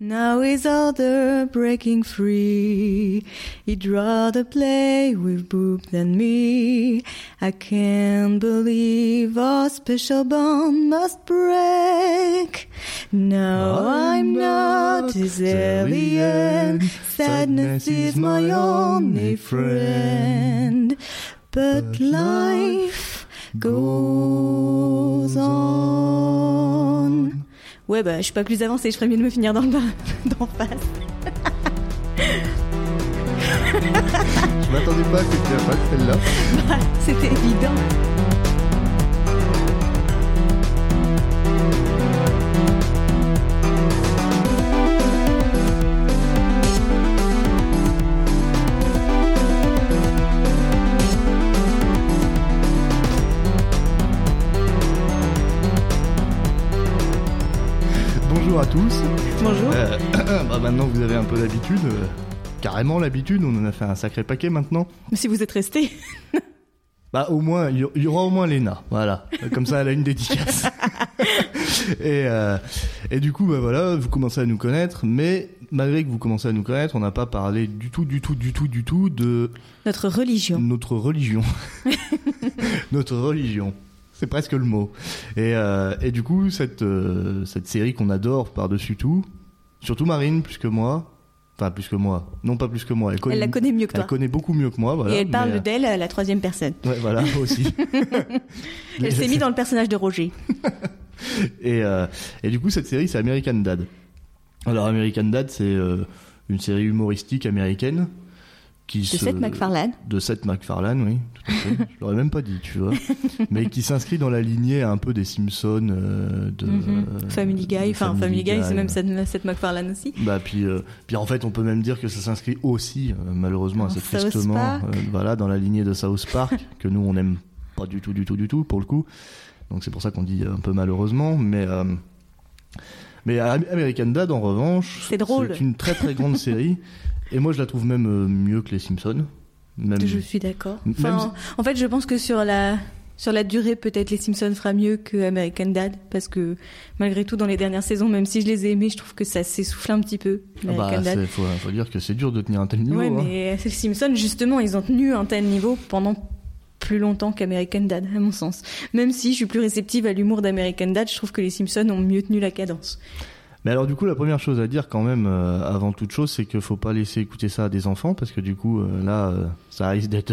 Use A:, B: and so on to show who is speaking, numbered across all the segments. A: Now is order breaking free. He'd rather play with Boop than me. I can't believe our special bond must break. No, I'm not his alien. Sadness is my only friend. But life goes on. Ouais, bah, je suis pas plus avancée, je ferais mieux de me finir dans le bas, d'en face.
B: Je m'attendais pas à ce que tu fasses celle-là.
A: Bah, c'était évident.
B: Bonjour à tous.
A: Bonjour.
B: Euh, bah, maintenant vous avez un peu l'habitude, euh, carrément l'habitude, on en a fait un sacré paquet maintenant.
A: Si vous êtes resté.
B: Bah au moins, il y, il y aura au moins Léna, voilà. Euh, Comme ça elle a une dédicace. et, euh, et du coup, bah voilà, vous commencez à nous connaître, mais malgré que vous commencez à nous connaître, on n'a pas parlé du tout, du tout, du tout, du tout de
A: Notre religion.
B: notre religion. notre religion. C'est presque le mot. Et, euh, et du coup, cette, euh, cette série qu'on adore par-dessus tout, surtout Marine, plus que moi, enfin plus que moi, non pas plus que moi, elle connaît,
A: Elle la connaît mieux que
B: elle
A: toi.
B: connaît beaucoup mieux que moi. Voilà,
A: Et elle parle
B: mais, euh,
A: d'elle à la troisième personne.
B: Ouais, voilà, aussi.
A: Elle s'est mise dans le personnage de Roger.
B: Et, euh, et du coup, cette série, c'est American Dad. Alors, American Dad, c'est euh, une série humoristique américaine qui
A: De
B: se...
A: Seth MacFarlane.
B: de Seth MacFarlane, oui, tout à fait. Je l'aurais même pas dit, tu vois. Mais qui s'inscrit dans la lignée un peu des Simpsons, euh, de
A: Mhm.
B: euh,
A: Family Guy,
B: de
A: enfin Family Guy, c'est même
B: euh.
A: Seth, Seth MacFarlane aussi.
B: Bah puis, euh, puis en fait, on peut même dire que ça s'inscrit aussi, euh, malheureusement,
A: Dans
B: assez
A: South
B: tristement,
A: Park.
B: euh, voilà, dans la lignée de South Park que nous on aime pas du tout, du tout, du tout pour le coup. Donc c'est pour ça qu'on dit euh, un peu malheureusement, mais euh, mais Am- American Dad en revanche,
A: C'est drôle.
B: c'est une très très grande série et moi je la trouve même euh, mieux que les Simpsons. Même
A: Je suis d'accord.
B: Même
A: Enfin, en fait, je pense que sur la sur la durée, peut-être les Simpsons fera mieux que American Dad, parce que malgré tout, dans les dernières saisons, même si je les ai aimés, je trouve que ça s'essouffle un petit peu.
B: Ah bah,
A: American Dad.
B: c'est- faut, faut dire que c'est dur de tenir un tel niveau.
A: ouais,
B: hein.
A: mais les Simpsons, justement, ils ont tenu un tel niveau pendant plus longtemps qu'American Dad, à mon sens. Même si je suis plus réceptive à l'humour d'American Dad, je trouve que les Simpsons ont mieux tenu la cadence.
B: Mais alors du coup, la première chose à dire quand même, euh, avant toute chose, c'est que faut pas laisser écouter ça à des enfants parce que du coup, euh, là, euh, ça risque d'être.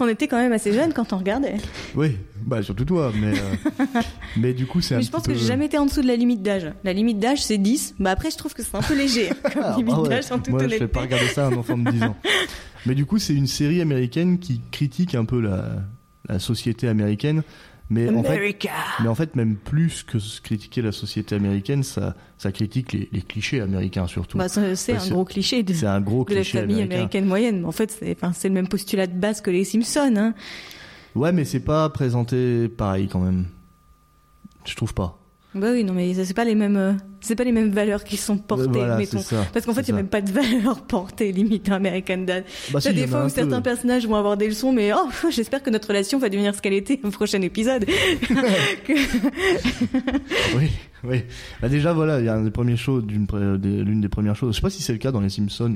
A: On était quand même assez jeunes quand on regardait.
B: oui, bah surtout toi, mais euh, mais du coup, c'est un
A: Mais je pense
B: petit
A: que
B: peu-
A: j'ai jamais été en dessous de la limite d'âge. La limite d'âge, c'est 10. Bah après, je trouve que c'est un peu léger hein, comme
B: Ah, bah
A: limite
B: ouais.
A: d'âge, en toute
B: Moi, je
A: honnêteté.
B: vais pas regarder ça à un enfant de 10 ans. Mais du coup, c'est une série américaine qui critique un peu la, la société américaine, mais en fait, mais en fait, même plus que se critiquer la société américaine, ça ça critique les, les clichés américains surtout.
A: Bah, ça, c'est
B: Parce
A: un
B: que
A: gros cliché de,
B: c'est un gros
A: de la
B: cliché
A: famille
B: américain.
A: américaine moyenne. Mais en fait, c'est enfin, c'est le même postulat de base que les Simpsons. Hein.
B: Ouais, mais c'est pas présenté pareil quand même. Je trouve pas.
A: Bah oui, non, mais ça, c'est pas les mêmes, euh, c'est pas les mêmes valeurs qui sont portées,
B: Voilà,
A: mettons.
B: c'est ça,
A: Parce qu'en fait, il
B: c'est
A: n'y a
B: ça.
A: même pas de valeur portée limite à American Dad.
B: Bah
A: T'as
B: si, y
A: des
B: en a
A: fois
B: un
A: où
B: peu.
A: certains personnages vont avoir des leçons, mais oh, pff, j'espère que notre relation va devenir ce qu'elle était au prochain épisode. Que-
B: Oui, oui. Bah déjà, voilà, il y a une des premières choses, d'une pre- des- l'une des premières choses. Je sais pas si c'est le cas dans les Simpsons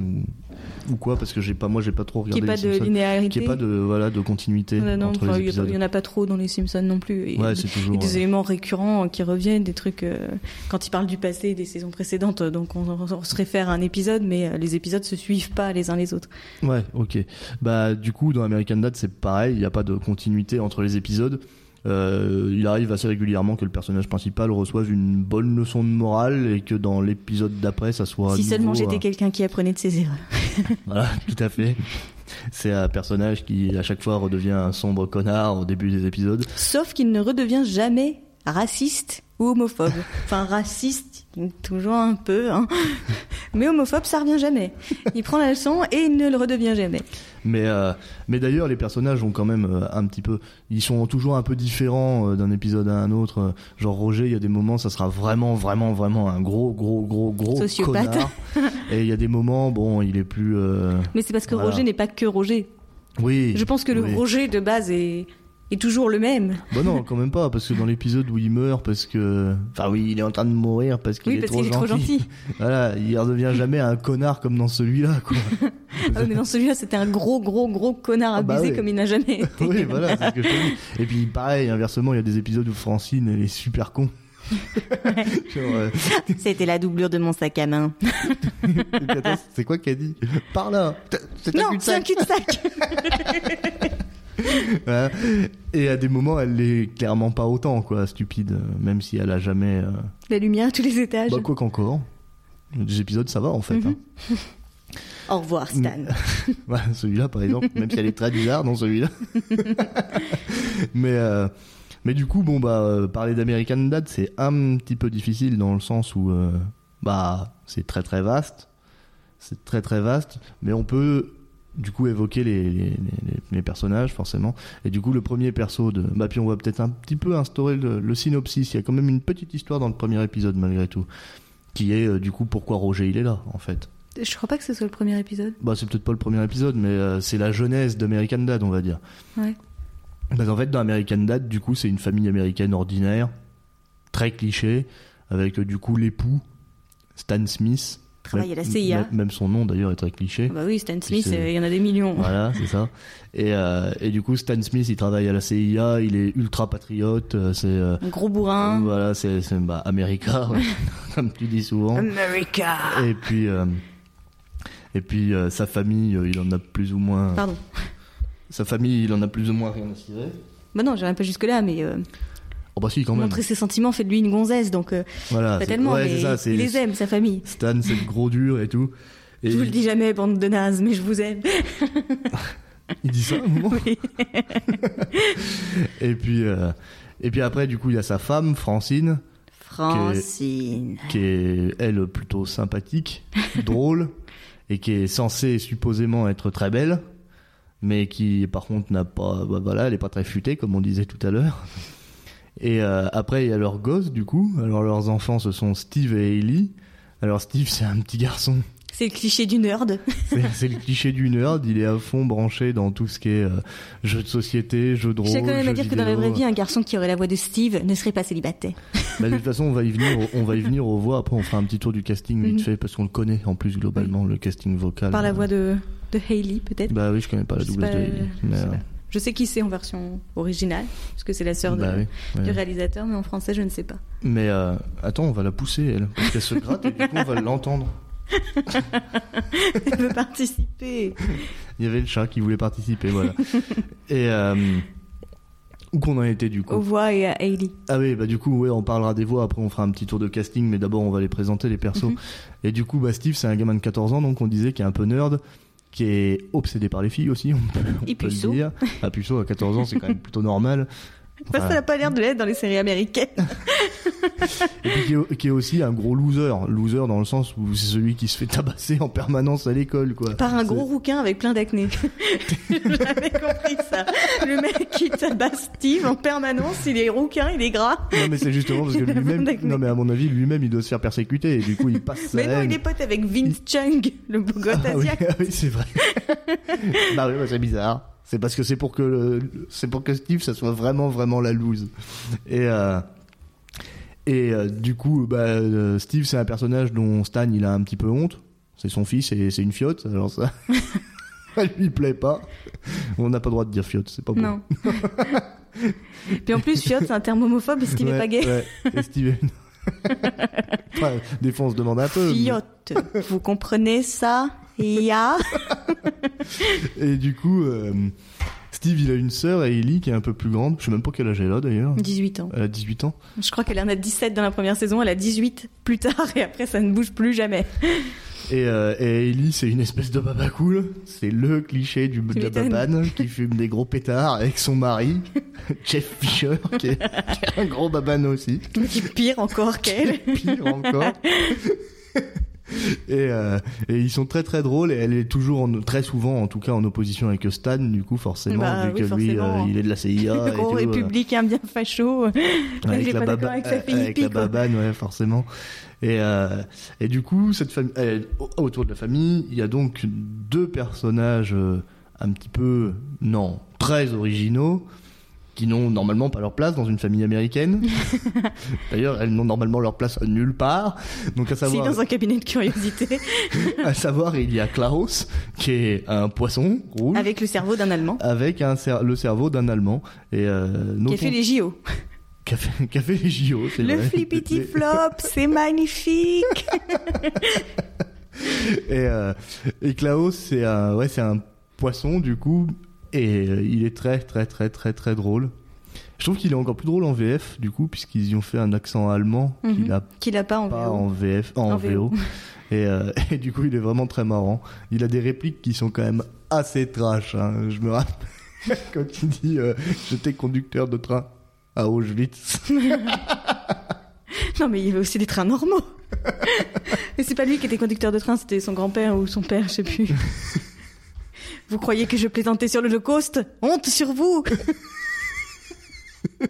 B: ou, ou quoi, parce que j'ai pas, moi, j'ai pas trop
A: Qu'il n'y ait
B: regardé
A: pas
B: les
A: de
B: Simpsons.
A: linéarité.
B: Qu'il y ait pas de, voilà, de continuité
A: Non, non,
B: entre
A: enfin,
B: les
A: il y a-
B: épisodes.
A: il y en a pas trop dans les Simpsons non plus. Et,
B: Ouais, c'est toujours,
A: et des
B: euh,
A: éléments récurrents qui reviennent, des trucs euh, quand ils parlent du passé et des saisons précédentes. euh, Donc on, on- on se réfère à un épisode, mais euh, les épisodes se suivent pas les uns les autres.
B: Ouais, ok. Bah, du coup, dans American Dad, c'est pareil, il n'y a pas de continuité entre les épisodes. Euh, il arrive assez régulièrement que le personnage principal reçoive une bonne leçon de morale et que dans l'épisode d'après, ça soit. à
A: si seulement
B: nouveau,
A: j'étais
B: euh,
A: quelqu'un qui apprenait de ses erreurs.
B: Voilà, tout à fait. C'est un personnage qui, à chaque fois, redevient un sombre connard au début des épisodes.
A: Sauf qu'il ne redevient jamais raciste ou homophobe. Enfin raciste, toujours un peu, hein. mais homophobe, ça revient jamais. Il prend la leçon et il ne le redevient jamais.
B: Mais, euh, mais d'ailleurs, les personnages ont quand même euh, un petit peu. Ils sont toujours un peu différents euh, d'un épisode à un autre. Euh, Genre Roger, il y a des moments, ça sera vraiment, vraiment, vraiment un gros, gros, gros, gros
A: Sociopathe.
B: connard. Et il y a des moments, bon, il est plus. euh,
A: Mais c'est parce que
B: Voilà.
A: Roger n'est pas que Roger.
B: Oui.
A: Je pense que le
B: oui.
A: Roger de base est est toujours le même.
B: Bah non, quand même pas, parce que dans l'épisode où il meurt, parce que. Enfin, oui, il est en train de mourir parce qu'il
A: Oui,
B: est,
A: parce
B: trop
A: qu'il est trop gentil.
B: voilà, il redevient jamais un connard comme dans celui-là, quoi.
A: Ah, mais dans celui-là, c'était un gros, gros, gros connard
B: Ah, bah
A: abusé
B: oui.
A: comme il n'a jamais été.
B: oui, bah. voilà, c'est ce que je te dis. Et puis, pareil, inversement, il y a des épisodes où Francine, elle est super con. Genre, euh,
A: C'était la doublure de mon sac à main.
B: attends, c'est quoi qu'elle dit Par là C'est un
A: Non, c'est un
B: cul-de-sac
A: cul-de-sac.
B: Voilà. Et à des moments, elle l'est clairement pas autant, quoi, stupide, euh, même si elle a jamais. euh,
A: la lumière à tous les étages.
B: Bah, quoi qu'encore. Des épisodes, ça va, en fait. hein.
A: Au revoir,
B: Mm.
A: Stan.
B: Ouais, Bah, celui-là, par exemple, même si elle est très bizarre dans celui-là. mais, euh, mais du coup, bon, bah, euh, parler d'American Dad, c'est un petit peu difficile dans le sens où euh, bah, c'est très très vaste. C'est très très vaste, mais on peut du coup évoquer les, les, les- les- les personnages forcément. Et du coup, le premier perso de. Bah, puis on va peut-être un petit peu instaurer le, le synopsis. Il y a quand même une petite histoire dans le premier épisode malgré tout. Qui est euh, du coup pourquoi Roger il est là en fait.
A: Je crois pas que ce soit le premier épisode.
B: Bah, c'est peut-être pas le premier épisode, mais euh, c'est la jeunesse d'American Dad, on va dire.
A: Ouais.
B: Parce qu'en fait, dans American Dad, du coup, c'est une famille américaine ordinaire, très cliché, avec euh, du coup l'époux, Stan Smith.
A: Travaille
B: Même-
A: à la CIA.
B: Même, même son nom, d'ailleurs, est très cliché.
A: Ah bah oui, Stan Smith,
B: c'est-
A: euh, il y en a des millions.
B: Voilà, c'est ça. Et, euh, et du coup, Stan Smith, il travaille à la CIA, il est ultra patriote, euh, c'est... euh,
A: Un gros bourrin.
B: Voilà, c'est c'est, bah, America, ouais, comme tu dis souvent.
A: America.
B: Et puis, euh, et puis euh, sa famille, euh, il en a plus ou moins...
A: Pardon.
B: Sa famille, il en a plus ou moins rien à cirer.
A: Bah non, j'irai pas jusque-là, mais euh,
B: Oh bah si, quand même.
A: montrer ses sentiments fait de lui une gonzesse, donc euh,
B: Voilà.
A: pas
B: c'est-
A: tellement.
B: ouais,
A: mais
B: c'est ça, c'est-
A: il les aime, sa famille.
B: Stan, c'est le gros dur et tout. Et
A: Je vous
B: il,
A: le dis jamais, bande de nazes, mais je vous aime.
B: il dit ça à un moment.
A: Oui.
B: Et puis, euh, et puis après, du coup, il y a sa femme, Francine,
A: Francine.
B: qui est, elle, plutôt sympathique, drôle, et qui est censée supposément être très belle, mais qui, par contre, n'a pas. bah voilà, elle est pas très futée, comme on disait tout à l'heure. Et euh, après, il y a leurs gosses, du coup. Alors, leurs enfants, ce sont Steve et Ellie. Alors, Steve, c'est un petit garçon
A: C'est le cliché du nerd.
B: C'est c'est le cliché du nerd, il est à fond branché dans tout ce qui est euh, jeu de société, jeu de rôle.
A: Je tiens quand même
B: jeux
A: à dire que dans la vraie
B: vidéo.
A: vie, un garçon qui aurait la voix de Steve ne serait pas célibataire.
B: Bah, de toute façon, on va y venir, on va y venir aux voix. Après, on fera un petit tour du casting vite
A: Mhm.
B: fait parce qu'on le connaît en plus globalement le casting vocal.
A: Par la voix de, de Hailey, peut-être.
B: Ah, Bah oui, je connais pas la
A: Je sais
B: doubleuse
A: pas,
B: de Ellie,
A: je
B: mais,
A: sais
B: euh,
A: pas. Je sais qui c'est en version originale, parce que c'est la sœur de-
B: bah oui, ouais.
A: du réalisateur, mais en français, je ne sais pas.
B: Mais euh, attends, on va la pousser elle, parce qu'elle se gratte et du coup on va l'entendre.
A: Elle veut participer.
B: Il y avait le chat qui voulait participer, voilà. Et euh, où qu'on en était du coup
A: Aux voix et à Hailey.
B: Ah oui, bah du coup, ouais, on parlera des voix, après on fera un petit tour de casting, mais d'abord on va les présenter, les persos.
A: Mhm.
B: Et du coup, bah, Steve, c'est un gamin de 14 ans, donc on disait qu'il est un peu nerd, qui est obsédé par les filles aussi, on peut, on
A: Et
B: peut
A: puceau.
B: le dire. Ah, puceau, à 14 ans, c'est quand même plutôt normal.
A: Bah,
B: Enfin,
A: ça n'a pas l'air de l'être dans les séries
B: Ah,
A: américaines.
B: et puis qui est, qui est aussi un gros loser, loser dans le sens où c'est celui qui se fait tabasser en permanence à l'école, quoi.
A: Par un
B: C'est-
A: gros rouquin avec plein d'acné. J'avais compris ça. Le mec qui tabasse Steve en permanence, il est rouquin, il est gras.
B: Non, mais c'est justement parce que
A: Il a plein
B: lui-même,
A: d'acné.
B: non, mais à mon avis, lui-même, il doit se faire persécuter, et du coup, il passe sa
A: Mais non,
B: haine.
A: il est pote avec Vince Chung, le beau gosse
B: Ah oui,
A: asiatique.
B: ah oui, c'est vrai. bah oui, bah c'est bizarre. C'est parce que c'est pour que le- c'est pour que Steve ça soit vraiment vraiment la loose. Et euh, et euh, du coup bah euh, Steve c'est un personnage dont Stan il a un petit peu honte. C'est son fils et c'est une fiotte alors ça. Ça lui plaît pas. On n'a pas le droit de dire fiotte, c'est pas bon.
A: Non. Puis en plus, fiotte, c'est un terme homophobe parce qu'il
B: Ouais,
A: est pas gay.
B: ouais. Et Steve est- Enfin, des fois on se demande un peu. mais-
A: Fiotte, vous comprenez ça Ya
B: Et du coup, euh, Steve, il a une sœur, et Ellie, qui est un peu plus grande. Je sais même pas quel âge elle a d'ailleurs.
A: 18 ans.
B: Elle a 18 ans.
A: Je crois qu'elle en a 17 dans la première saison, elle a 18 plus tard et après ça ne bouge plus jamais.
B: Et, euh, et Ellie, c'est une espèce de baba cool. C'est le cliché du, de la
A: m'étonnes.
B: babane qui fume des gros pétards avec son mari, Jeff Fisher, qui est, qui est un gros babane aussi.
A: Qui est pire encore qu'elle.
B: Pire encore. Et, euh, et ils sont très très drôles et elle est toujours en- très souvent en tout cas en opposition avec Stan du coup forcément
A: Bah
B: vu
A: oui,
B: que lui
A: forcément.
B: euh, il est de la CIA
A: Le
B: et
A: gros
B: tout, euh,
A: républicain bien facho.
B: avec
A: j'ai
B: la,
A: pas
B: baba- euh,
A: d'accord avec sa fille
B: avec la
A: hippie, quoi.
B: babane, ouais, forcément. Et, euh, et du coup, cette famille, euh, au- autour de la famille, il y a donc deux personnages euh, un petit peu, non, très originaux, qui n'ont normalement pas leur place dans une famille américaine. D'ailleurs, elles n'ont normalement leur place nulle part. Donc à
A: Si,
B: savoir,
A: dans un cabinet de curiosité,
B: à savoir, il y a Klaus qui est un poisson rouge avec,
A: avec le cerveau d'un Allemand,
B: un cer- le cerveau d'un Allemand et euh,
A: qui
B: notons-
A: a fait les JO.
B: qui a fait- qui a fait les JO. c'est
A: Le
B: vrai.
A: flippity flop, c'est magnifique
B: Et, euh, et Klaus, c'est un, ouais, c'est un poisson du coup, et euh, il est très très très très très drôle. Je trouve qu'il est encore plus drôle en VF du coup, puisqu'ils y ont fait un accent allemand qu'il
A: Mhm.
B: a
A: Qu'il a pas en
B: pas
A: VO.
B: en VF, en,
A: En
B: VO.
A: VO.
B: Et, euh, et du coup, il est vraiment très marrant. Il a des répliques qui sont quand même assez trash. hein. Je me rappelle quand il dit euh, J'étais conducteur de train à Auschwitz.
A: Non, mais il y avait aussi des trains normaux. mais c'est pas lui qui était conducteur de train, c'était son grand-père ou son père, je sais plus. Vous croyez que je plaisantais sur l'Holocauste Honte sur vous
B: Et,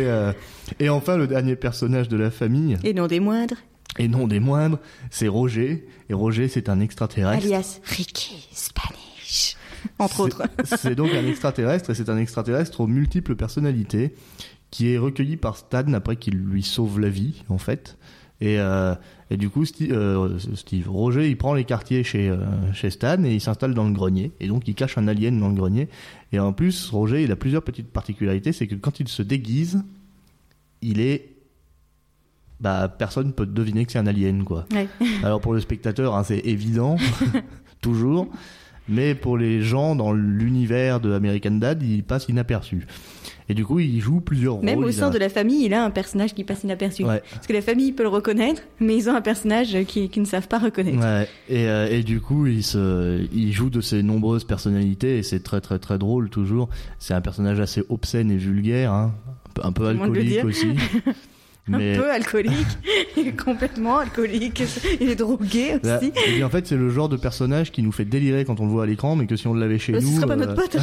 B: euh, et enfin, le dernier personnage de la famille,
A: Et non des moindres,
B: et non des moindres, c'est Roger. Et Roger, c'est un extraterrestre.
A: alias Ricky Spanish, entre autres.
B: Hein C'est- C'est donc un extraterrestre et c'est un extraterrestre aux multiples personnalités qui est recueilli par Stan après qu'il lui sauve la vie en fait. Et, euh, et du coup, Sti- euh, Steve Roger, il prend les quartiers chez, euh, chez Stan et il s'installe dans le grenier. Et donc, il cache un alien dans le grenier. Et en plus, Roger, il a plusieurs petites particularités. C'est que quand il se déguise, il est... Bah, personne peut deviner que c'est un alien, quoi.
A: Ouais.
B: Alors pour le spectateur, hein, c'est évident, toujours. Mais pour les gens dans l'univers de American Dad, il passe inaperçu. Et du coup, il joue plusieurs
A: Même
B: rôles.
A: au
B: il
A: sein
B: a-
A: de la famille, il a un personnage qui passe inaperçu.
B: Ouais.
A: Parce que la famille peut le reconnaître, mais ils ont un personnage qui, qui ne savent pas reconnaître.
B: Ouais. Et, euh, et du coup, il, se, il joue de ses nombreuses personnalités et c'est très très très drôle toujours. C'est un personnage assez obscène et vulgaire, hein. un, peu, un peu
A: Comment le
B: alcoolique
A: dire
B: aussi.
A: Un peu alcoolique, il est complètement alcoolique, il est drogué
B: Là,
A: aussi.
B: et bien, en fait, c'est le genre de personnage qui nous fait délirer quand on le voit à l'écran, mais que si on l'avait chez
A: Euh,
B: nous,
A: Ce serait pas
B: euh,
A: notre pote.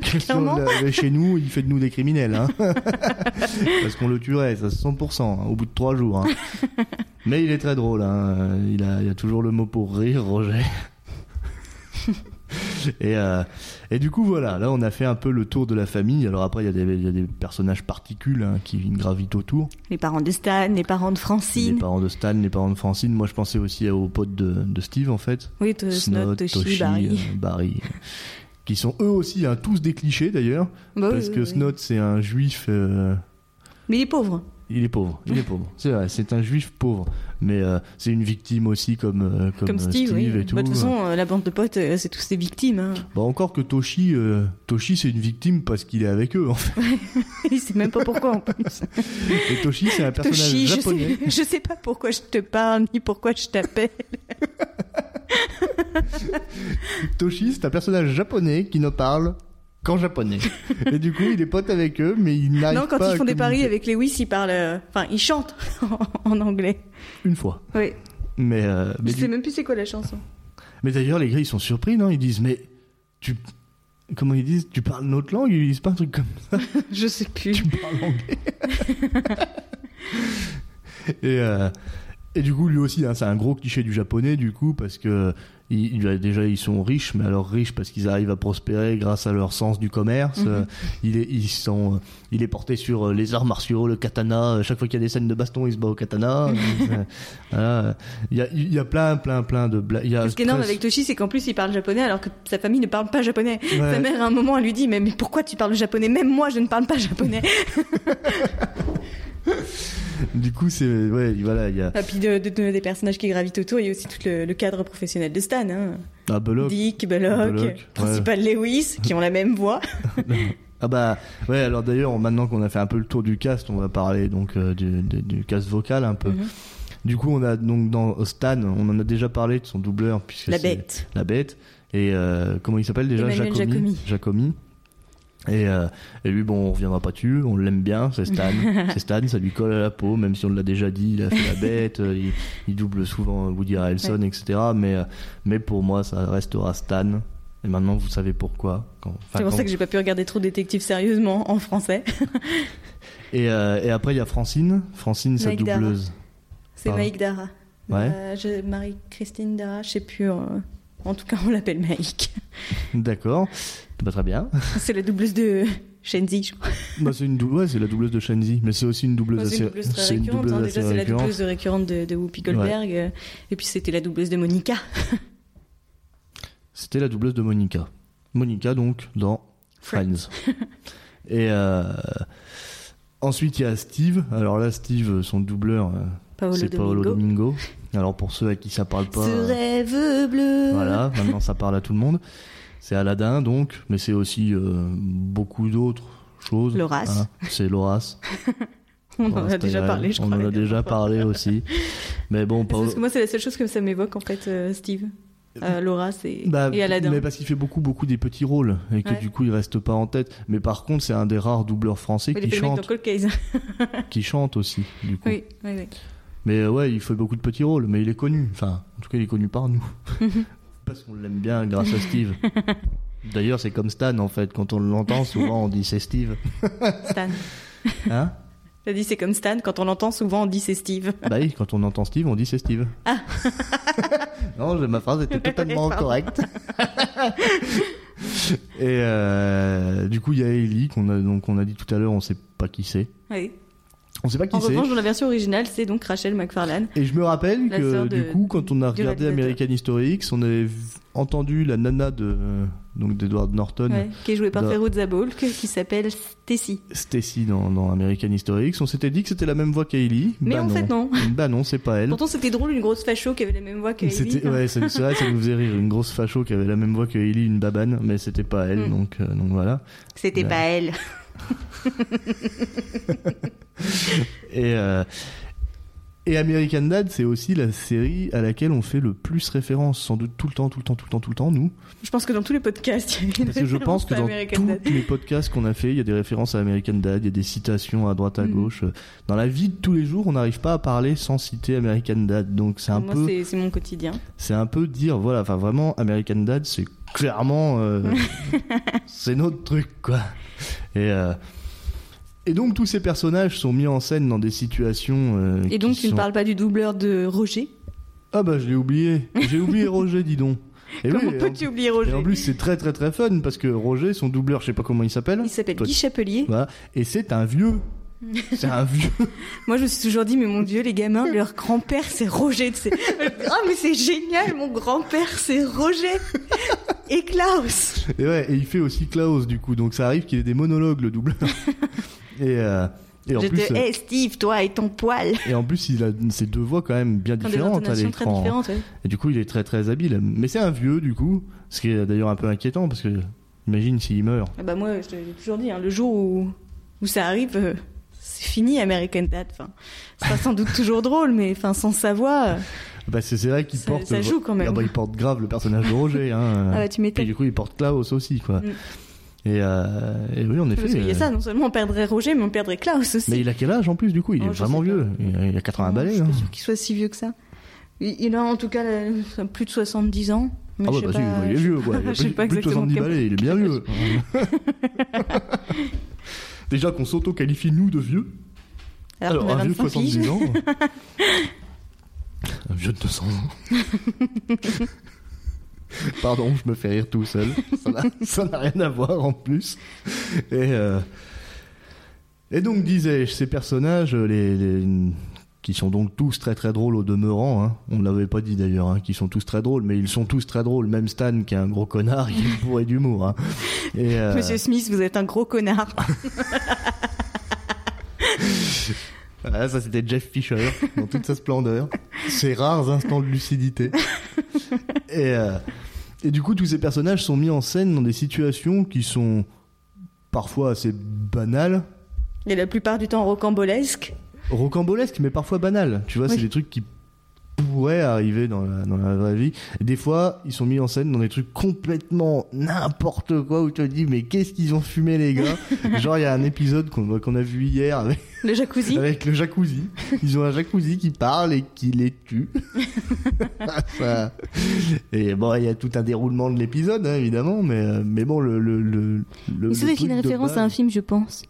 B: Que si on
A: Clairement.
B: l'avait chez nous, il fait de nous des criminels. hein. Parce qu'on le tuerait, ça 100%, hein, au bout de trois jours. hein. Mais il est très drôle. hein. Il, a, il a toujours le mot pour rire, Roger. Et, euh, et du coup, voilà, là on a fait un peu le tour de la famille. Alors après, il y a des, il y a des personnages particules hein, qui gravitent autour.
A: Les parents de Stan, les parents de Francine.
B: Les parents de Stan, les parents de Francine. Moi, je pensais aussi aux potes de- de Steve, en fait.
A: Oui, Bah, de Snot, Toshi, Barry.
B: euh, Barry, euh, qui sont eux aussi hein, tous des clichés d'ailleurs,
A: Bah oui,
B: euh, parce
A: oui,
B: que
A: oui.
B: Snot c'est un juif, euh,
A: Mais il est pauvre. hein,
B: il est pauvre, il est pauvre, c'est vrai, c'est un juif pauvre, mais euh, c'est une victime aussi comme euh, comme,
A: Comme,
B: euh,
A: Steve, oui.
B: et tout.
A: Bah, de toute façon, euh, la bande de potes, euh, c'est tous des victimes. hein.
B: Bah, encore que Toshi, euh, Toshi c'est une victime parce qu'il est avec eux en fait.
A: Il sait même pas pourquoi en plus.
B: Et Toshi c'est un personnage
A: Toshi, je
B: japonais.
A: sais, je sais pas pourquoi je te parle ni pourquoi je t'appelle.
B: Toshi c'est un personnage japonais qui ne parle qu'en japonais. et du coup il est pote avec eux, mais Ah, il n'arrive
A: Non, quand
B: pas à
A: ils font des paris
B: communiquer.
A: avec Lewis, ils parlent. euh, Enfin, ils chantent en anglais.
B: une fois.
A: Oui.
B: Mais euh, mais
A: je
B: du
A: sais même plus c'est quoi la chanson.
B: Mais d'ailleurs, les gars, ils sont surpris, non Ils disent, mais tu. Comment ils disent Tu parles notre langue Ils disent pas un truc comme ça,
A: Je sais plus.
B: tu parles anglais. et, euh, et du coup, lui aussi, hein, c'est un gros cliché du japonais, du coup, parce que il- il a- déjà, ils sont riches, mais alors riches parce qu'ils arrivent à prospérer grâce à leur sens du
A: Mhm.
B: commerce. Euh, il, est, ils sont, euh, il est porté sur euh, les arts martiaux, le katana. Euh, Chaque fois qu'il y a des scènes de baston, il se bat au katana. Euh, voilà. Il y, a, il y a plein, plein, plein de blagues. Il y a
A: Ce qui est énorme
B: très-
A: avec Toshi, c'est qu'en plus il parle japonais alors que sa famille ne parle pas japonais.
B: Ouais.
A: Sa mère à un moment elle lui dit mais, mais pourquoi tu parles japonais Même moi je ne parle pas japonais.
B: Du coup, c'est ouais, voilà, il y a
A: Ah, puis de, de- de- des personnages qui gravitent autour, il y a aussi tout le, le cadre professionnel de Stan. Hein.
B: ah Belloc.
A: Dick, Belloc,
B: Belloc, ouais.
A: principal Lewis, qui ont la même voix.
B: Ah bah ouais, alors d'ailleurs, maintenant qu'on a fait un peu le tour du cast, on va parler donc euh, du, du- du cast vocal un peu.
A: Mhm.
B: Du coup, on a donc dans Stan, on en a déjà parlé de son doubleur puisque
A: La
B: c'est-
A: bête.
B: la bête et euh, comment il s'appelle déjà
A: Emmanuel
B: Jacomi. Jacomi. Et, euh, et lui, bon, on reviendra pas dessus, on l'aime bien, c'est Stan. c'est Stan, ça lui colle à la peau, même si on l'a déjà dit, il a fait la bête, euh, il, il double souvent euh, Woody Harrelson, etc. Mais, euh, mais pour moi, ça restera Stan. Et maintenant, vous savez pourquoi. Quand- enfin,
A: C'est pour
B: quand-
A: ça que j'ai pas pu regarder trop détective sérieusement en français.
B: et, euh, et après, il y a Francine. Francine, sa
A: Magda.
B: doubleuse.
A: C'est
B: Pardon.
A: Maïk Dara.
B: Ouais.
A: Euh, je- Marie-Christine Dara, je sais plus. hein. En tout cas, on l'appelle Maïk.
B: D'accord. Bah, très bien.
A: C'est la doubleuse de, Shenzi.
B: Bah, c'est une double, ouais, c'est la doubleuse de Shenzi, mais c'est aussi une doubleuse
A: Bah, C'est
B: assez,
A: une doubleuse très récurrente. hein.
B: c'est une doubleuse assez
A: Déjà, c'est la
B: récurrente.
A: doubleuse de récurrente de, de Whoopi Goldberg. euh, Et puis, c'était la doubleuse de Monica.
B: C'était la doubleuse de Monica. Monica, donc, dans Friends. Et euh, ensuite, il y a Steve. Alors là, Steve, son doubleur, euh,
A: Paolo
B: c'est Paolo
A: Domingo.
B: Domingo. Alors pour ceux à qui ça parle pas,
A: Ce
B: euh,
A: rêve bleu.
B: voilà, maintenant ça parle à tout le monde. C'est Aladdin, donc, mais c'est aussi euh, beaucoup d'autres choses. Hein,
A: L'Horace.
B: c'est Loras.
A: On en a déjà parlé, je
B: Ah, On
A: crois.
B: en
A: la
B: a
A: dernière
B: déjà
A: fois.
B: parlé aussi. Mais bon,
A: C'est
B: Paolo,
A: Parce que moi, c'est la seule chose que ça m'évoque, en fait, euh, Steve. Euh, Laura, c'est.
B: Bah,
A: et Aladdin.
B: Mais parce qu'il fait beaucoup, beaucoup des petits rôles et que
A: Ouais.
B: du coup il reste pas en tête. Mais par contre, c'est un des rares doubleurs français
A: Il
B: qui
A: était le mec dans
B: chante,
A: Cold Case.
B: qui chante aussi. Du coup.
A: oui, oui, oui.
B: Mais euh, ouais, il fait beaucoup de petits rôles, mais il est connu. Enfin, en tout cas, il est connu par nous. parce qu'on l'aime bien grâce à Steve. D'ailleurs, c'est comme Stan en fait. Quand on l'entend, souvent on dit c'est Steve.
A: Stan.
B: Hein
A: T'as dit, c'est comme Stan. Quand on l'entend, souvent, on dit c'est Steve.
B: Bah oui, quand on entend Steve, on dit c'est Steve.
A: Ah.
B: non, je- ma phrase était totalement
A: Pardon.
B: correcte. Et euh, du coup, il y a Ellie qu'on a donc on a dit tout à l'heure, on sait pas qui c'est.
A: Oui.
B: On sait pas qui
A: En
B: c'est.
A: revanche, dans la version originale, c'est donc Rachel McFarlane.
B: Et je me rappelle
A: La
B: que
A: sœur
B: du
A: de-
B: coup, quand on a
A: du
B: regardé
A: réalisateur.
B: American History X, on avait v- entendu la nana de euh, donc d'Edward Norton,
A: Ouais, qui est jouée par
B: Dans-
A: Feroz Zabolk, qui s'appelle Stacy.
B: Stacy dans, dans American History X. On s'était dit que c'était la même voix qu'Ellie.
A: Mais
B: bah
A: en fait, non.
B: Bah non, c'est pas elle.
A: Pourtant, c'était drôle, une grosse facho qui avait la même voix que hein. Ellie.
B: C'était ouais, c'est c'est vrai, ça nous faisait rire. Une grosse facho qui avait la même voix que Ellie, une babane, mais c'était pas elle,
A: Mm.
B: donc euh, donc voilà.
A: C'était
B: Ouais.
A: pas elle.
B: Et euh, et American Dad, c'est aussi la série à laquelle on fait le plus référence, sans doute tout le temps, tout le temps, tout le temps, tout le temps, nous.
A: Je pense que dans tous les podcasts, il y a une
B: Parce que je
A: référence
B: pense que
A: à
B: dans
A: American
B: tous
A: Dad.
B: les podcasts qu'on a fait, il y a des références à American Dad, il y a des citations à droite à
A: Mm.
B: gauche. Dans la vie de tous les jours, on n'arrive pas à parler sans citer American Dad, donc c'est un
A: Moi,
B: peu.
A: c'est- c'est mon quotidien.
B: c'est un peu dire voilà enfin vraiment American Dad c'est clairement euh, c'est notre truc quoi et euh, et donc tous ces personnages sont mis en scène dans des situations euh,
A: Et donc,
B: qui
A: tu ne
B: sont-
A: parles pas du doubleur de Roger
B: ah bah je l'ai oublié j'ai oublié Roger dis donc et
A: Comment
B: oui,
A: peux-tu oublier
B: et en-
A: Roger
B: et en plus c'est très très très fun parce que Roger son doubleur je sais pas comment il s'appelle
A: Il s'appelle
B: Toi-
A: Guy Chapelier.
B: voilà. et c'est un vieux c'est un vieux
A: Moi, je me suis toujours dit, mais mon Dieu, les gamins, leur grand-père, c'est Roger. C'est- Ah, mais c'est génial, mon grand-père, c'est Roger. Et Klaus.
B: Et ouais, et il fait aussi Klaus du coup, donc ça arrive qu'il ait des monologues le doubleur. et, euh, et en
A: Je
B: plus,
A: te hais, Steve, toi et ton poil.
B: et en plus, il a ses deux voix quand même bien
A: Ils ont des
B: différentes à
A: intonations très
B: l'écran. hein.
A: différentes. ouais.
B: Et du coup, il est très très habile. Mais c'est un vieux du coup, ce qui est d'ailleurs un peu inquiétant parce que imagine s'il meurt.
A: Ah bah moi, je te l'ai toujours dit, hein, le jour où, où ça arrive, euh, c'est fini American Dad. Enfin, c'est pas sans doute toujours drôle, mais enfin, sans sa voix, euh,
B: Bah c'est c'est vrai qu'il
A: Ça-
B: porte.
A: ça joue quand même.
B: Ah bah, il porte grave le personnage de Roger. Hein.
A: ah bah tu
B: Puis
A: m'étonnes.
B: du coup, il porte Klaus aussi quoi.
A: Mm.
B: Et, euh, et oui, en effet.
A: Parce qu'il y a
B: euh,
A: ça, non seulement on perdrait Roger, mais on perdrait Klaus aussi.
B: Mais il a quel âge en plus du coup Il
A: Oh,
B: est
A: je
B: vraiment
A: sais pas.
B: vieux. Il a- il a 80
A: Ah, Je
B: balais.
A: suis
B: hein.
A: pas sûre qu'il soit si vieux que ça. Il il a en tout cas euh, plus de 70 ans. Mais
B: Ah
A: je
B: ouais,
A: sais
B: bah si,
A: pas,
B: il est
A: je-
B: vieux, quoi. Il a
A: je sais
B: plus,
A: pas
B: plus de
A: exactement
B: 70
A: quel-
B: balais, il est bien vieux. Déjà qu'on s'auto-qualifie, nous, de vieux.
A: Alors, qu'on a
B: un vieux de
A: 25 piges.
B: 70 ans. un vieux de 200 ans. Pardon, je me fais rire tout seul. Ça n'a- Ça n'a rien à voir en plus. Et, euh, et donc, disais-je, ces personnages, euh, les- les- qui sont donc tous très très drôles au demeurant, hein. on ne l'avait pas dit d'ailleurs, hein, qui sont tous très drôles, mais ils sont tous très drôles, même Stan qui est un gros connard, il est bourré d'humour. Hein. Et, euh,
A: Monsieur Smith, vous êtes un gros connard.
B: Voilà, ça c'était Jeff Fisher dans toute sa splendeur. Ses rares instants de lucidité. Et, euh, et du coup, tous ces personnages sont mis en scène dans des situations qui sont parfois assez banales,
A: Et la plupart du temps rocambolesque.
B: rocambolesques, mais parfois banales. Tu vois,
A: Oui.
B: c'est des trucs qui pourraient arriver dans la, dans la vraie vie. Et des fois, ils sont mis en scène dans des trucs complètement n'importe quoi où tu te dis, mais qu'est-ce qu'ils ont fumé les gars Genre, il y a un épisode qu'on qu'on a vu hier avec
A: Le jacuzzi.
B: avec le jacuzzi. Ils ont un jacuzzi qui parle et qui les tue. Ça- Et bon, il y a tout un déroulement de l'épisode, hein, évidemment, mais, euh, mais bon, le. le, le, le-
A: Mais ça doit
B: le
A: être
B: truc
A: une
B: de
A: référence
B: base-
A: à un film, je pense.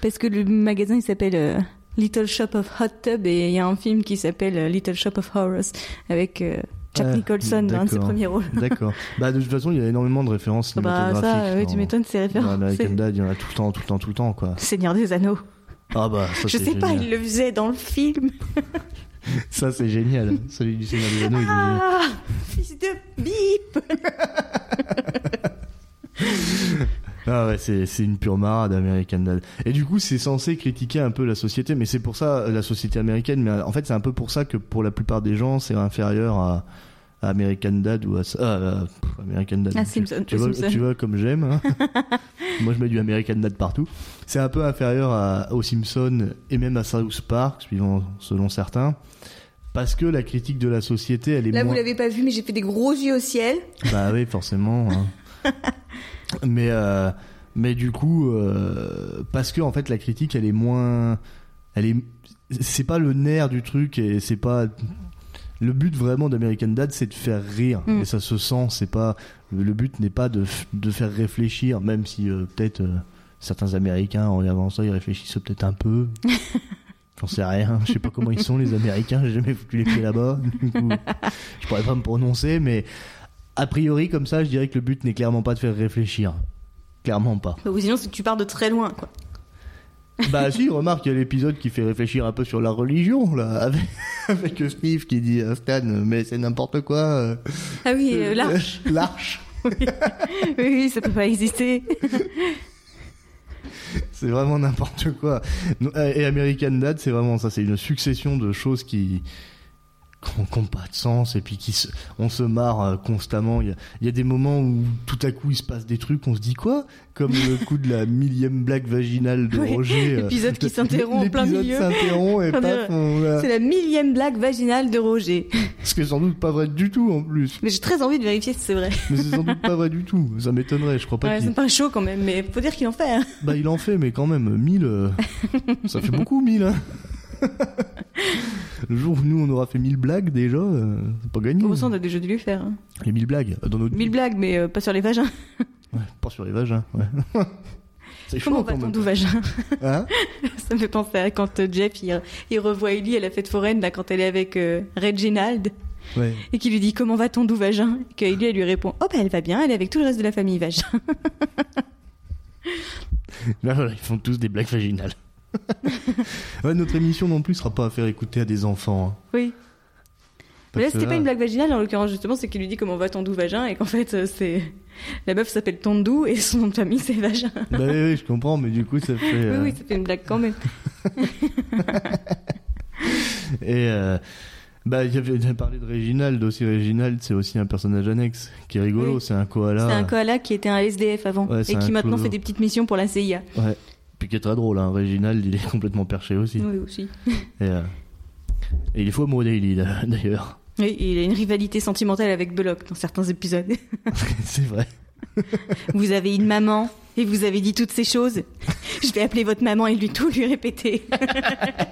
A: Parce que le magasin, il s'appelle euh, Little Shop of Hot Tub et il y a un film qui s'appelle euh, Little Shop of Horrors avec euh, Jack
B: Ah,
A: Nicholson dans un de ses
B: d'accord.
A: premiers rôles.
B: D'accord. Bah, de toute façon, il y a énormément de références
A: Bah
B: cinématographiques.
A: ça, oui,
B: dans-
A: tu m'étonnes, ces
B: Dans
A: références.
B: American
A: C'est-
B: Dad, il y en a tout le temps, tout le temps, tout le temps, quoi.
A: Seigneur des Anneaux.
B: Ah bah, ça,
A: Je
B: c'est
A: sais pas,
B: génial.
A: il le faisait dans le film.
B: Ça, c'est génial. Celui du Seigneur des Anneaux, il est génial.
A: Ah, fils de bip
B: Ah ouais, c'est c'est une pure marade, American Dad. Et du coup, c'est censé critiquer un peu la société, mais c'est pour ça, euh, la société américaine, mais euh, en fait, c'est un peu pour ça que pour la plupart des gens, c'est inférieur à, à American Dad ou à... ça- euh, pff, American Dad.
A: Ah,
B: Tu-
A: Simpson,
B: tu,
A: oui,
B: vois,
A: Simpson.
B: tu vois comme j'aime. hein. Moi, je mets du American Dad partout. C'est un peu inférieur à, aux Simpsons et même à South Park, suivant, selon certains. Parce que la critique de la société, elle est
A: Là,
B: moins...
A: vous l'avez pas vu, mais j'ai fait des gros yeux au ciel.
B: Bah oui, forcément. hein. mais euh, mais du coup, euh, parce que en fait la critique, elle est moins, elle est, c'est pas le nerf du truc et c'est pas le but vraiment d'American Dad, c'est de faire rire
A: Mm.
B: et ça se sent. C'est pas le but n'est pas de, f- de faire réfléchir, même si euh, peut-être euh, certains Américains en regardant ça, ils réfléchissent peut-être un peu. J'en sais rien, je sais pas comment ils sont les Américains, j'ai jamais foutu les pieds là-bas, du coup, je pourrais pas me prononcer, mais a priori, comme ça, je dirais que le but n'est clairement pas de faire réfléchir. Clairement pas.
A: Bah, Ou sinon, c'est que tu pars de très loin, quoi.
B: Bah si, remarque, il y a l'épisode qui fait réfléchir un peu sur la religion, là, avec, avec Smith qui dit euh, Stan, mais c'est n'importe quoi. euh,
A: Ah oui, euh, là,
B: euh, L'arche.
A: oui, oui, ça peut pas exister.
B: C'est vraiment n'importe quoi. Non, euh, Et American Dad, c'est vraiment ça, c'est une succession de choses qui qu'on n'ont pas de sens et puis qui se- on se marre euh, constamment. Il y, a, il y a des moments où tout à coup il se passe des trucs, on se dit quoi Comme le coup de la millième blague vaginale de
A: Oui,
B: Roger. euh,
A: l'épisode qui s'interrompt en plein
B: l'épisode
A: milieu. On
B: s'interrompt et
A: est-
B: paf, on a-
A: C'est la millième blague vaginale de Roger.
B: Ce qui est sans doute pas vrai du tout en plus.
A: Mais j'ai très envie de vérifier si c'est vrai.
B: Mais c'est sans doute pas vrai du tout. Ça m'étonnerait, je crois pas
A: Ouais, ça
B: qu'il...
A: me paraît chaud quand même, mais faut dire qu'il en fait. hein.
B: Bah il en fait, mais quand même, 1000, euh, ça fait beaucoup 1000. Hein. Le jour où nous on aura fait 1000 blagues déjà, euh, c'est pas gagné.
A: Au sens, on a déjà dû lui faire. hein.
B: Les 1000 blagues euh, dans notre...
A: Mille blagues, mais euh, pas sur les vagins.
B: Ouais, pas sur les vagins, ouais. c'est
A: Comment
B: chaud quand
A: va-t-on
B: même.
A: d'où vagin
B: Hein
A: Ça me fait penser à quand euh, Jeff il, il revoit Ellie à la fête foraine, là, quand elle est avec euh, Reginald,
B: ouais.
A: et qui lui dit Comment va-t-on d'où vagin Et que Ellie elle lui répond Oh, bah elle va bien, elle est avec tout le reste de la famille vagin.
B: Là, voilà, ils font tous des blagues vaginales. ouais, notre émission non plus sera pas à faire écouter à des enfants. hein.
A: Oui. Mais là,
B: Parce que
A: c'était pas
B: là-
A: une blague vaginale en l'occurrence, justement, c'est qu'il lui dit Comment va ton doux vagin Et qu'en fait, euh, c'est. La meuf s'appelle Tondou et son nom de famille c'est vagin.
B: Bah oui, oui, je comprends, mais du coup ça fait...
A: Oui,
B: euh,
A: oui, c'était une blague quand même.
B: Et euh, bah, il y avait il a parlé de Reginald aussi. Reginald, c'est aussi un personnage annexe qui est rigolo.
A: Oui.
B: C'est un koala.
A: C'est un koala qui était un SDF avant
B: Ouais, c'est
A: et
B: un
A: qui maintenant
B: clodo.
A: fait des petites missions pour la CIA.
B: Ouais. Puis qui est très drôle. Hein. Reginald, il est complètement perché aussi.
A: Oui, aussi.
B: Et, euh, et il est fou amoureux d'Ailey d'a- d'ailleurs.
A: Oui, il a une rivalité sentimentale avec Belloc dans certains épisodes.
B: c'est vrai.
A: Vous avez une maman et vous avez dit toutes ces choses. Je vais appeler votre maman et lui tout lui répéter.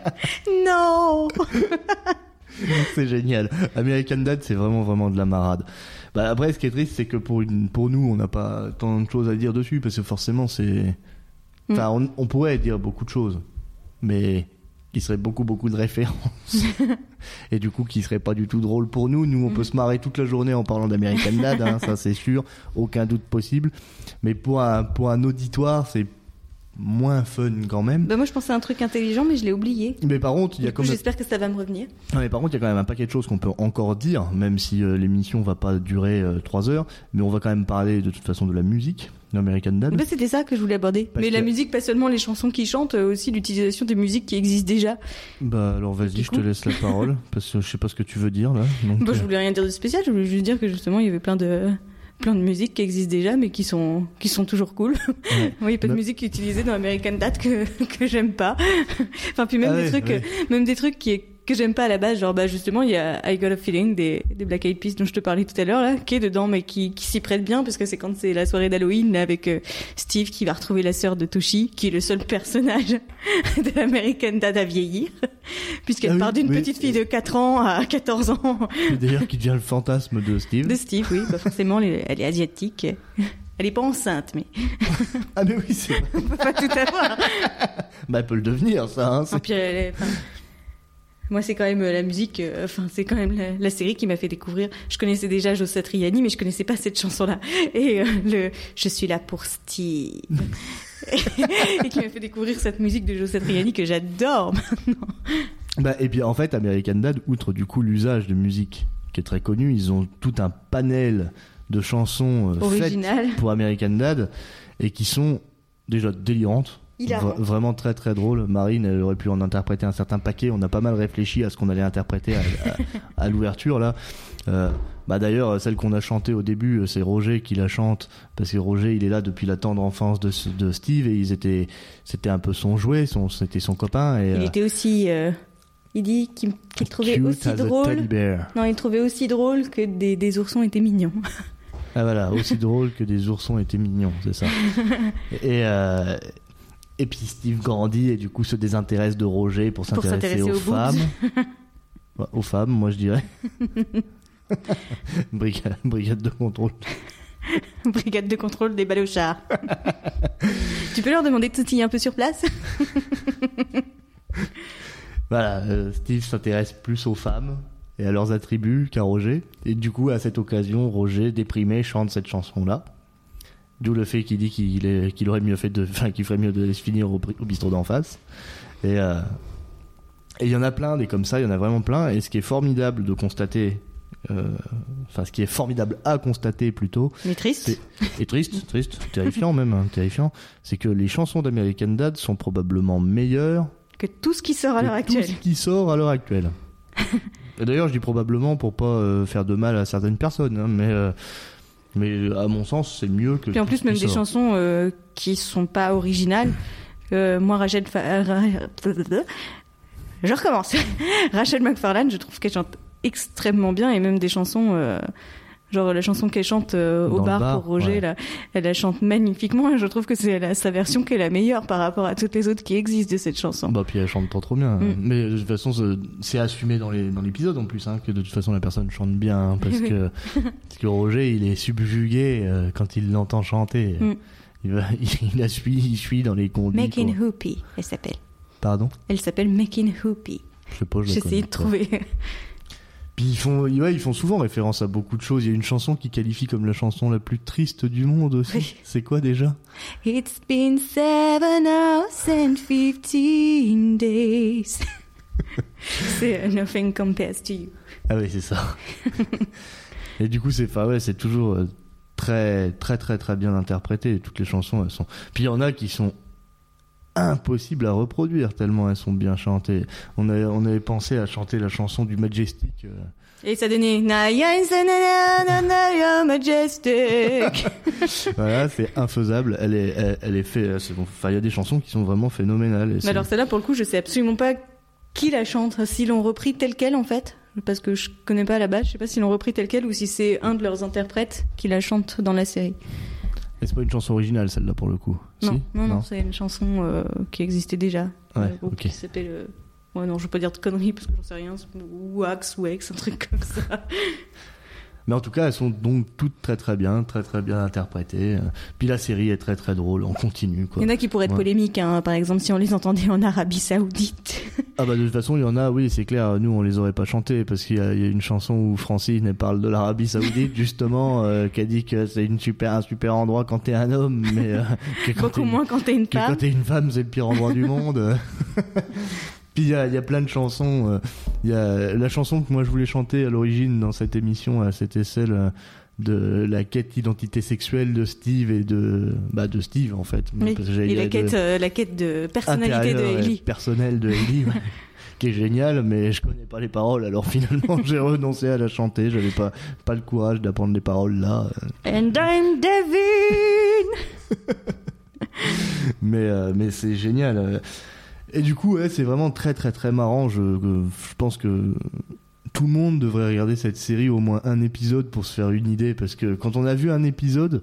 A: non
B: c'est génial. American Dad, c'est vraiment vraiment de la marade. Bah, après, ce qui est triste, c'est que pour une, pour nous, on n'a pas tant de choses à dire dessus parce que forcément, c'est. Enfin, on, on pourrait dire beaucoup de choses, mais il serait beaucoup beaucoup de références et du coup, qui serait pas du tout drôle pour nous. Nous, on peut se marrer toute la journée en parlant d'American Dad, hein, ça c'est sûr, aucun doute possible. Mais pour un pour un auditoire, c'est moins fun quand même.
A: Bah moi je pensais à un truc intelligent mais je l'ai oublié.
B: Mais par contre, il y a
A: Du coup,
B: comme Ah
A: J'espère que ça va me revenir.
B: non, mais par contre, il y a quand même un paquet de choses qu'on peut encore dire, même si euh, l'émission va pas durer 3 heures, mais on va quand même parler de toute façon de la musique d'American Dad.
A: Bah, c'était ça que je voulais aborder.
B: Parce
A: mais la
B: que-
A: musique, pas seulement les chansons qui chantent, euh, aussi l'utilisation des musiques qui existent déjà.
B: Bah alors vas-y,
A: Du
B: je
A: coup-
B: te laisse la parole, parce que je sais pas ce que tu veux dire là. donc,
A: Bah, je
B: euh,
A: voulais rien dire de spécial, je voulais juste dire que justement il y avait plein de plein de musiques qui existent déjà mais qui sont qui sont toujours cool.
B: Ouais.
A: Moi, il n'y a pas de
B: Bah-
A: musique utilisée dans American Dad que que j'aime pas. enfin puis même
B: Ah
A: des
B: ouais,
A: trucs
B: ouais.
A: même des trucs qui que j'aime pas à la base, genre bah justement il y a I Got a Feeling des, des Black Eyed Peas dont je te parlais tout à l'heure là, qui est dedans mais qui, qui s'y prête bien parce que c'est quand c'est la soirée d'Halloween là, avec euh, Steve qui va retrouver la sœur de Toshi qui est le seul personnage de l'American Dad à vieillir puisqu'elle
B: Ah oui,
A: part d'une
B: oui.
A: petite fille de 4 ans à 14 ans
B: et D'ailleurs, qui devient le fantasme de Steve.
A: de Steve oui, bah forcément elle est- elle est asiatique. Elle est pas enceinte mais
B: Ah mais oui, c'est...
A: on peut pas tout avoir.
B: bah elle peut le devenir ça. Hein, c'est-
A: Enfin, puis elle est- enfin, Moi, c'est quand même la musique, euh, enfin, c'est quand même la, la série qui m'a fait découvrir. Je connaissais déjà Joe Satriani, mais je connaissais pas cette chanson-là. Et euh, le Je suis là pour Steve. et qui m'a fait découvrir cette musique de Joe Satriani que j'adore maintenant. Ah.
B: Bah, et puis en fait, American Dad, outre du coup l'usage de musique qui est très connu, ils ont tout un panel de chansons euh, faites
A: Original.
B: pour American Dad et qui sont déjà délirantes.
A: Hilarant.
B: Vra- vraiment très très drôle. Marine, elle aurait pu en interpréter un certain paquet. On a pas mal réfléchi à ce qu'on allait interpréter à, à- à l'ouverture là. Euh, bah d'ailleurs, celle qu'on a chantée au début, euh, c'est Roger qui la chante parce que Roger, il est là depuis la tendre enfance de, ce- de Steve et ils étaient, c'était un peu son jouet, son, c'était son copain et
A: Il
B: euh,
A: était aussi. euh, il dit qu'il qu'il trouvait
B: cute
A: aussi
B: as a
A: drôle.
B: teddy bear.
A: Non, il trouvait aussi drôle que des, des oursons étaient mignons.
B: Ah voilà, aussi drôle que des oursons étaient mignons, c'est ça. Et, euh, et puis Steve grandit et du coup se désintéresse de Roger pour s'intéresser
A: s'intéresser
B: aux,
A: aux boobs.
B: femmes. Ouais, aux femmes, moi je dirais. brigade, brigade de contrôle.
A: Brigade de contrôle des balochards. tu peux leur demander de sautiller un peu sur place
B: Voilà, euh, Steve s'intéresse plus aux femmes et à leurs attributs qu'à Roger. Et du coup, à cette occasion, Roger, déprimé, chante cette chanson-là. D'où le fait qu'il dit qu'il est- qu'il aurait mieux fait de, enfin, qu'il ferait mieux de se finir au, bri- au bistrot d'en face. Et euh, et il y en a plein des comme ça, il y en a vraiment plein. Et ce qui est formidable de constater, euh, enfin, ce qui est formidable à constater plutôt,
A: Mais triste.
B: C'est- et triste, triste, terrifiant même, hein, terrifiant, c'est que les chansons d'American Dad sont probablement meilleures
A: Que tout ce qui sort à
B: de
A: l'heure
B: tout
A: actuelle.
B: ce qui sort à l'heure actuelle. Et D'ailleurs, je dis probablement pour pas euh, faire de mal à certaines personnes, hein, mais euh, mais euh, à mon sens, c'est mieux que.
A: Puis en
B: tout
A: plus,
B: ce qui
A: même des
B: sort.
A: chansons euh, qui sont pas originales. Euh, moi, Rachel. Fa- euh, Ra- Je recommence. Rachel McFarlane, je trouve qu'elle chante extrêmement bien et même des chansons. euh, Genre la chanson qu'elle chante euh,
B: Dans
A: au
B: le
A: bar,
B: bar,
A: pour Roger,
B: ouais.
A: là, elle la chante magnifiquement et je trouve que c'est la- sa version qui est la meilleure par rapport à toutes les autres qui existent de cette chanson.
B: Bah puis elle chante pas trop bien. hein.
A: Mm.
B: Mais de toute façon, c'est- c'est assumé dans les dans l'épisode en plus hein, que de toute façon la personne chante bien hein, parce que parce que Roger, il est subjugué euh, quand il l'entend chanter.
A: Mm.
B: Il, va, il la suit, il suit dans les conduits.
A: Making
B: quoi.
A: Hoopy, elle s'appelle.
B: Pardon,
A: Elle s'appelle Making Hoopy.
B: je sais pas. je la
A: J'ai essayé
B: connais
A: de
B: pas.
A: trouver.
B: Puis ils font, ouais, ils font souvent référence à beaucoup de choses. Il y a une chanson qui qualifie comme la chanson la plus triste du monde aussi.
A: Oui.
B: C'est quoi déjà
A: It's been seven hours and fifteen days. C'est euh, Nothing compares to you.
B: Ah oui, c'est ça. Et du coup, c'est, enfin, ouais, c'est toujours euh, très, très, très, très bien interprété. Toutes les chansons, elles sont. Puis il y en a qui sont impossibles à reproduire tellement elles sont bien chantées. On avait, on avait pensé à chanter la chanson du Majestic. euh,
A: Et ça donnait Na, ya, na, na, na, na, ya, Majestic.
B: voilà, c'est infaisable. Elle est, elle, elle est fait. euh, c'est bon. Enfin, il y a des chansons qui sont vraiment phénoménales. Et
A: Mais
B: c'est-
A: alors celle-là, pour le coup, je sais absolument pas qui la chante, si l'ont repris telle quelle en fait, parce que je connais pas la base, je sais pas si l'ont repris telle quelle ou si c'est un de leurs interprètes qui la chante dans la série.
B: et c'est pas une chanson originale celle-là pour le coup.
A: Non,
B: Si
A: non, non, c'est une chanson euh, qui existait déjà.
B: Ouais,
A: Un groupe
B: ok.
A: Qui s'appelle. euh, Ouais, non, je veux pas dire de conneries parce que j'en sais rien. c'est Wax, Wax, un truc comme ça.
B: Mais en tout cas, elles sont donc toutes très très bien, très très bien interprétées. Euh, Puis la série est très très drôle, on continue
A: Il
B: quoi.
A: y en a qui pourraient être
B: Ouais.
A: polémiques, hein, par exemple, si on les entendait en Arabie Saoudite.
B: Ah bah de toute façon, il y en a, oui, c'est clair, nous on les aurait pas chantées parce qu'il y, a il y a une chanson où Francine elle parle de l'Arabie Saoudite justement, euh, qui a dit que c'est une super, un super endroit quand t'es un homme, mais euh, que quand
A: Beaucoup
B: t'es-
A: moins quand t'es une
B: que quand
A: femme.
B: t'es une femme, c'est le pire endroit du monde. Puis il y a, il y a plein de chansons. euh, Il y a la chanson que moi je voulais chanter à l'origine dans cette émission, euh, c'était celle euh, de la quête d'identité sexuelle de Steve et de bah de Steve en fait.
A: Oui.
B: Parce que j'ai-
A: Et
B: il y a
A: la
B: de-
A: quête, euh, la quête de personnalité de
B: intérieure et
A: Ellie.
B: personnelle de Ellie, ouais, qui est géniale, mais je connais pas les paroles. Alors finalement j'ai renoncé à la chanter. J'avais pas pas le courage d'apprendre les paroles là. euh.
A: And I'm Devin!
B: mais euh, mais c'est génial. euh. Et du coup, ouais, c'est vraiment très très très marrant. Je, que- je pense que tout le monde devrait regarder cette série au moins un épisode pour se faire une idée, parce que quand on a vu un épisode,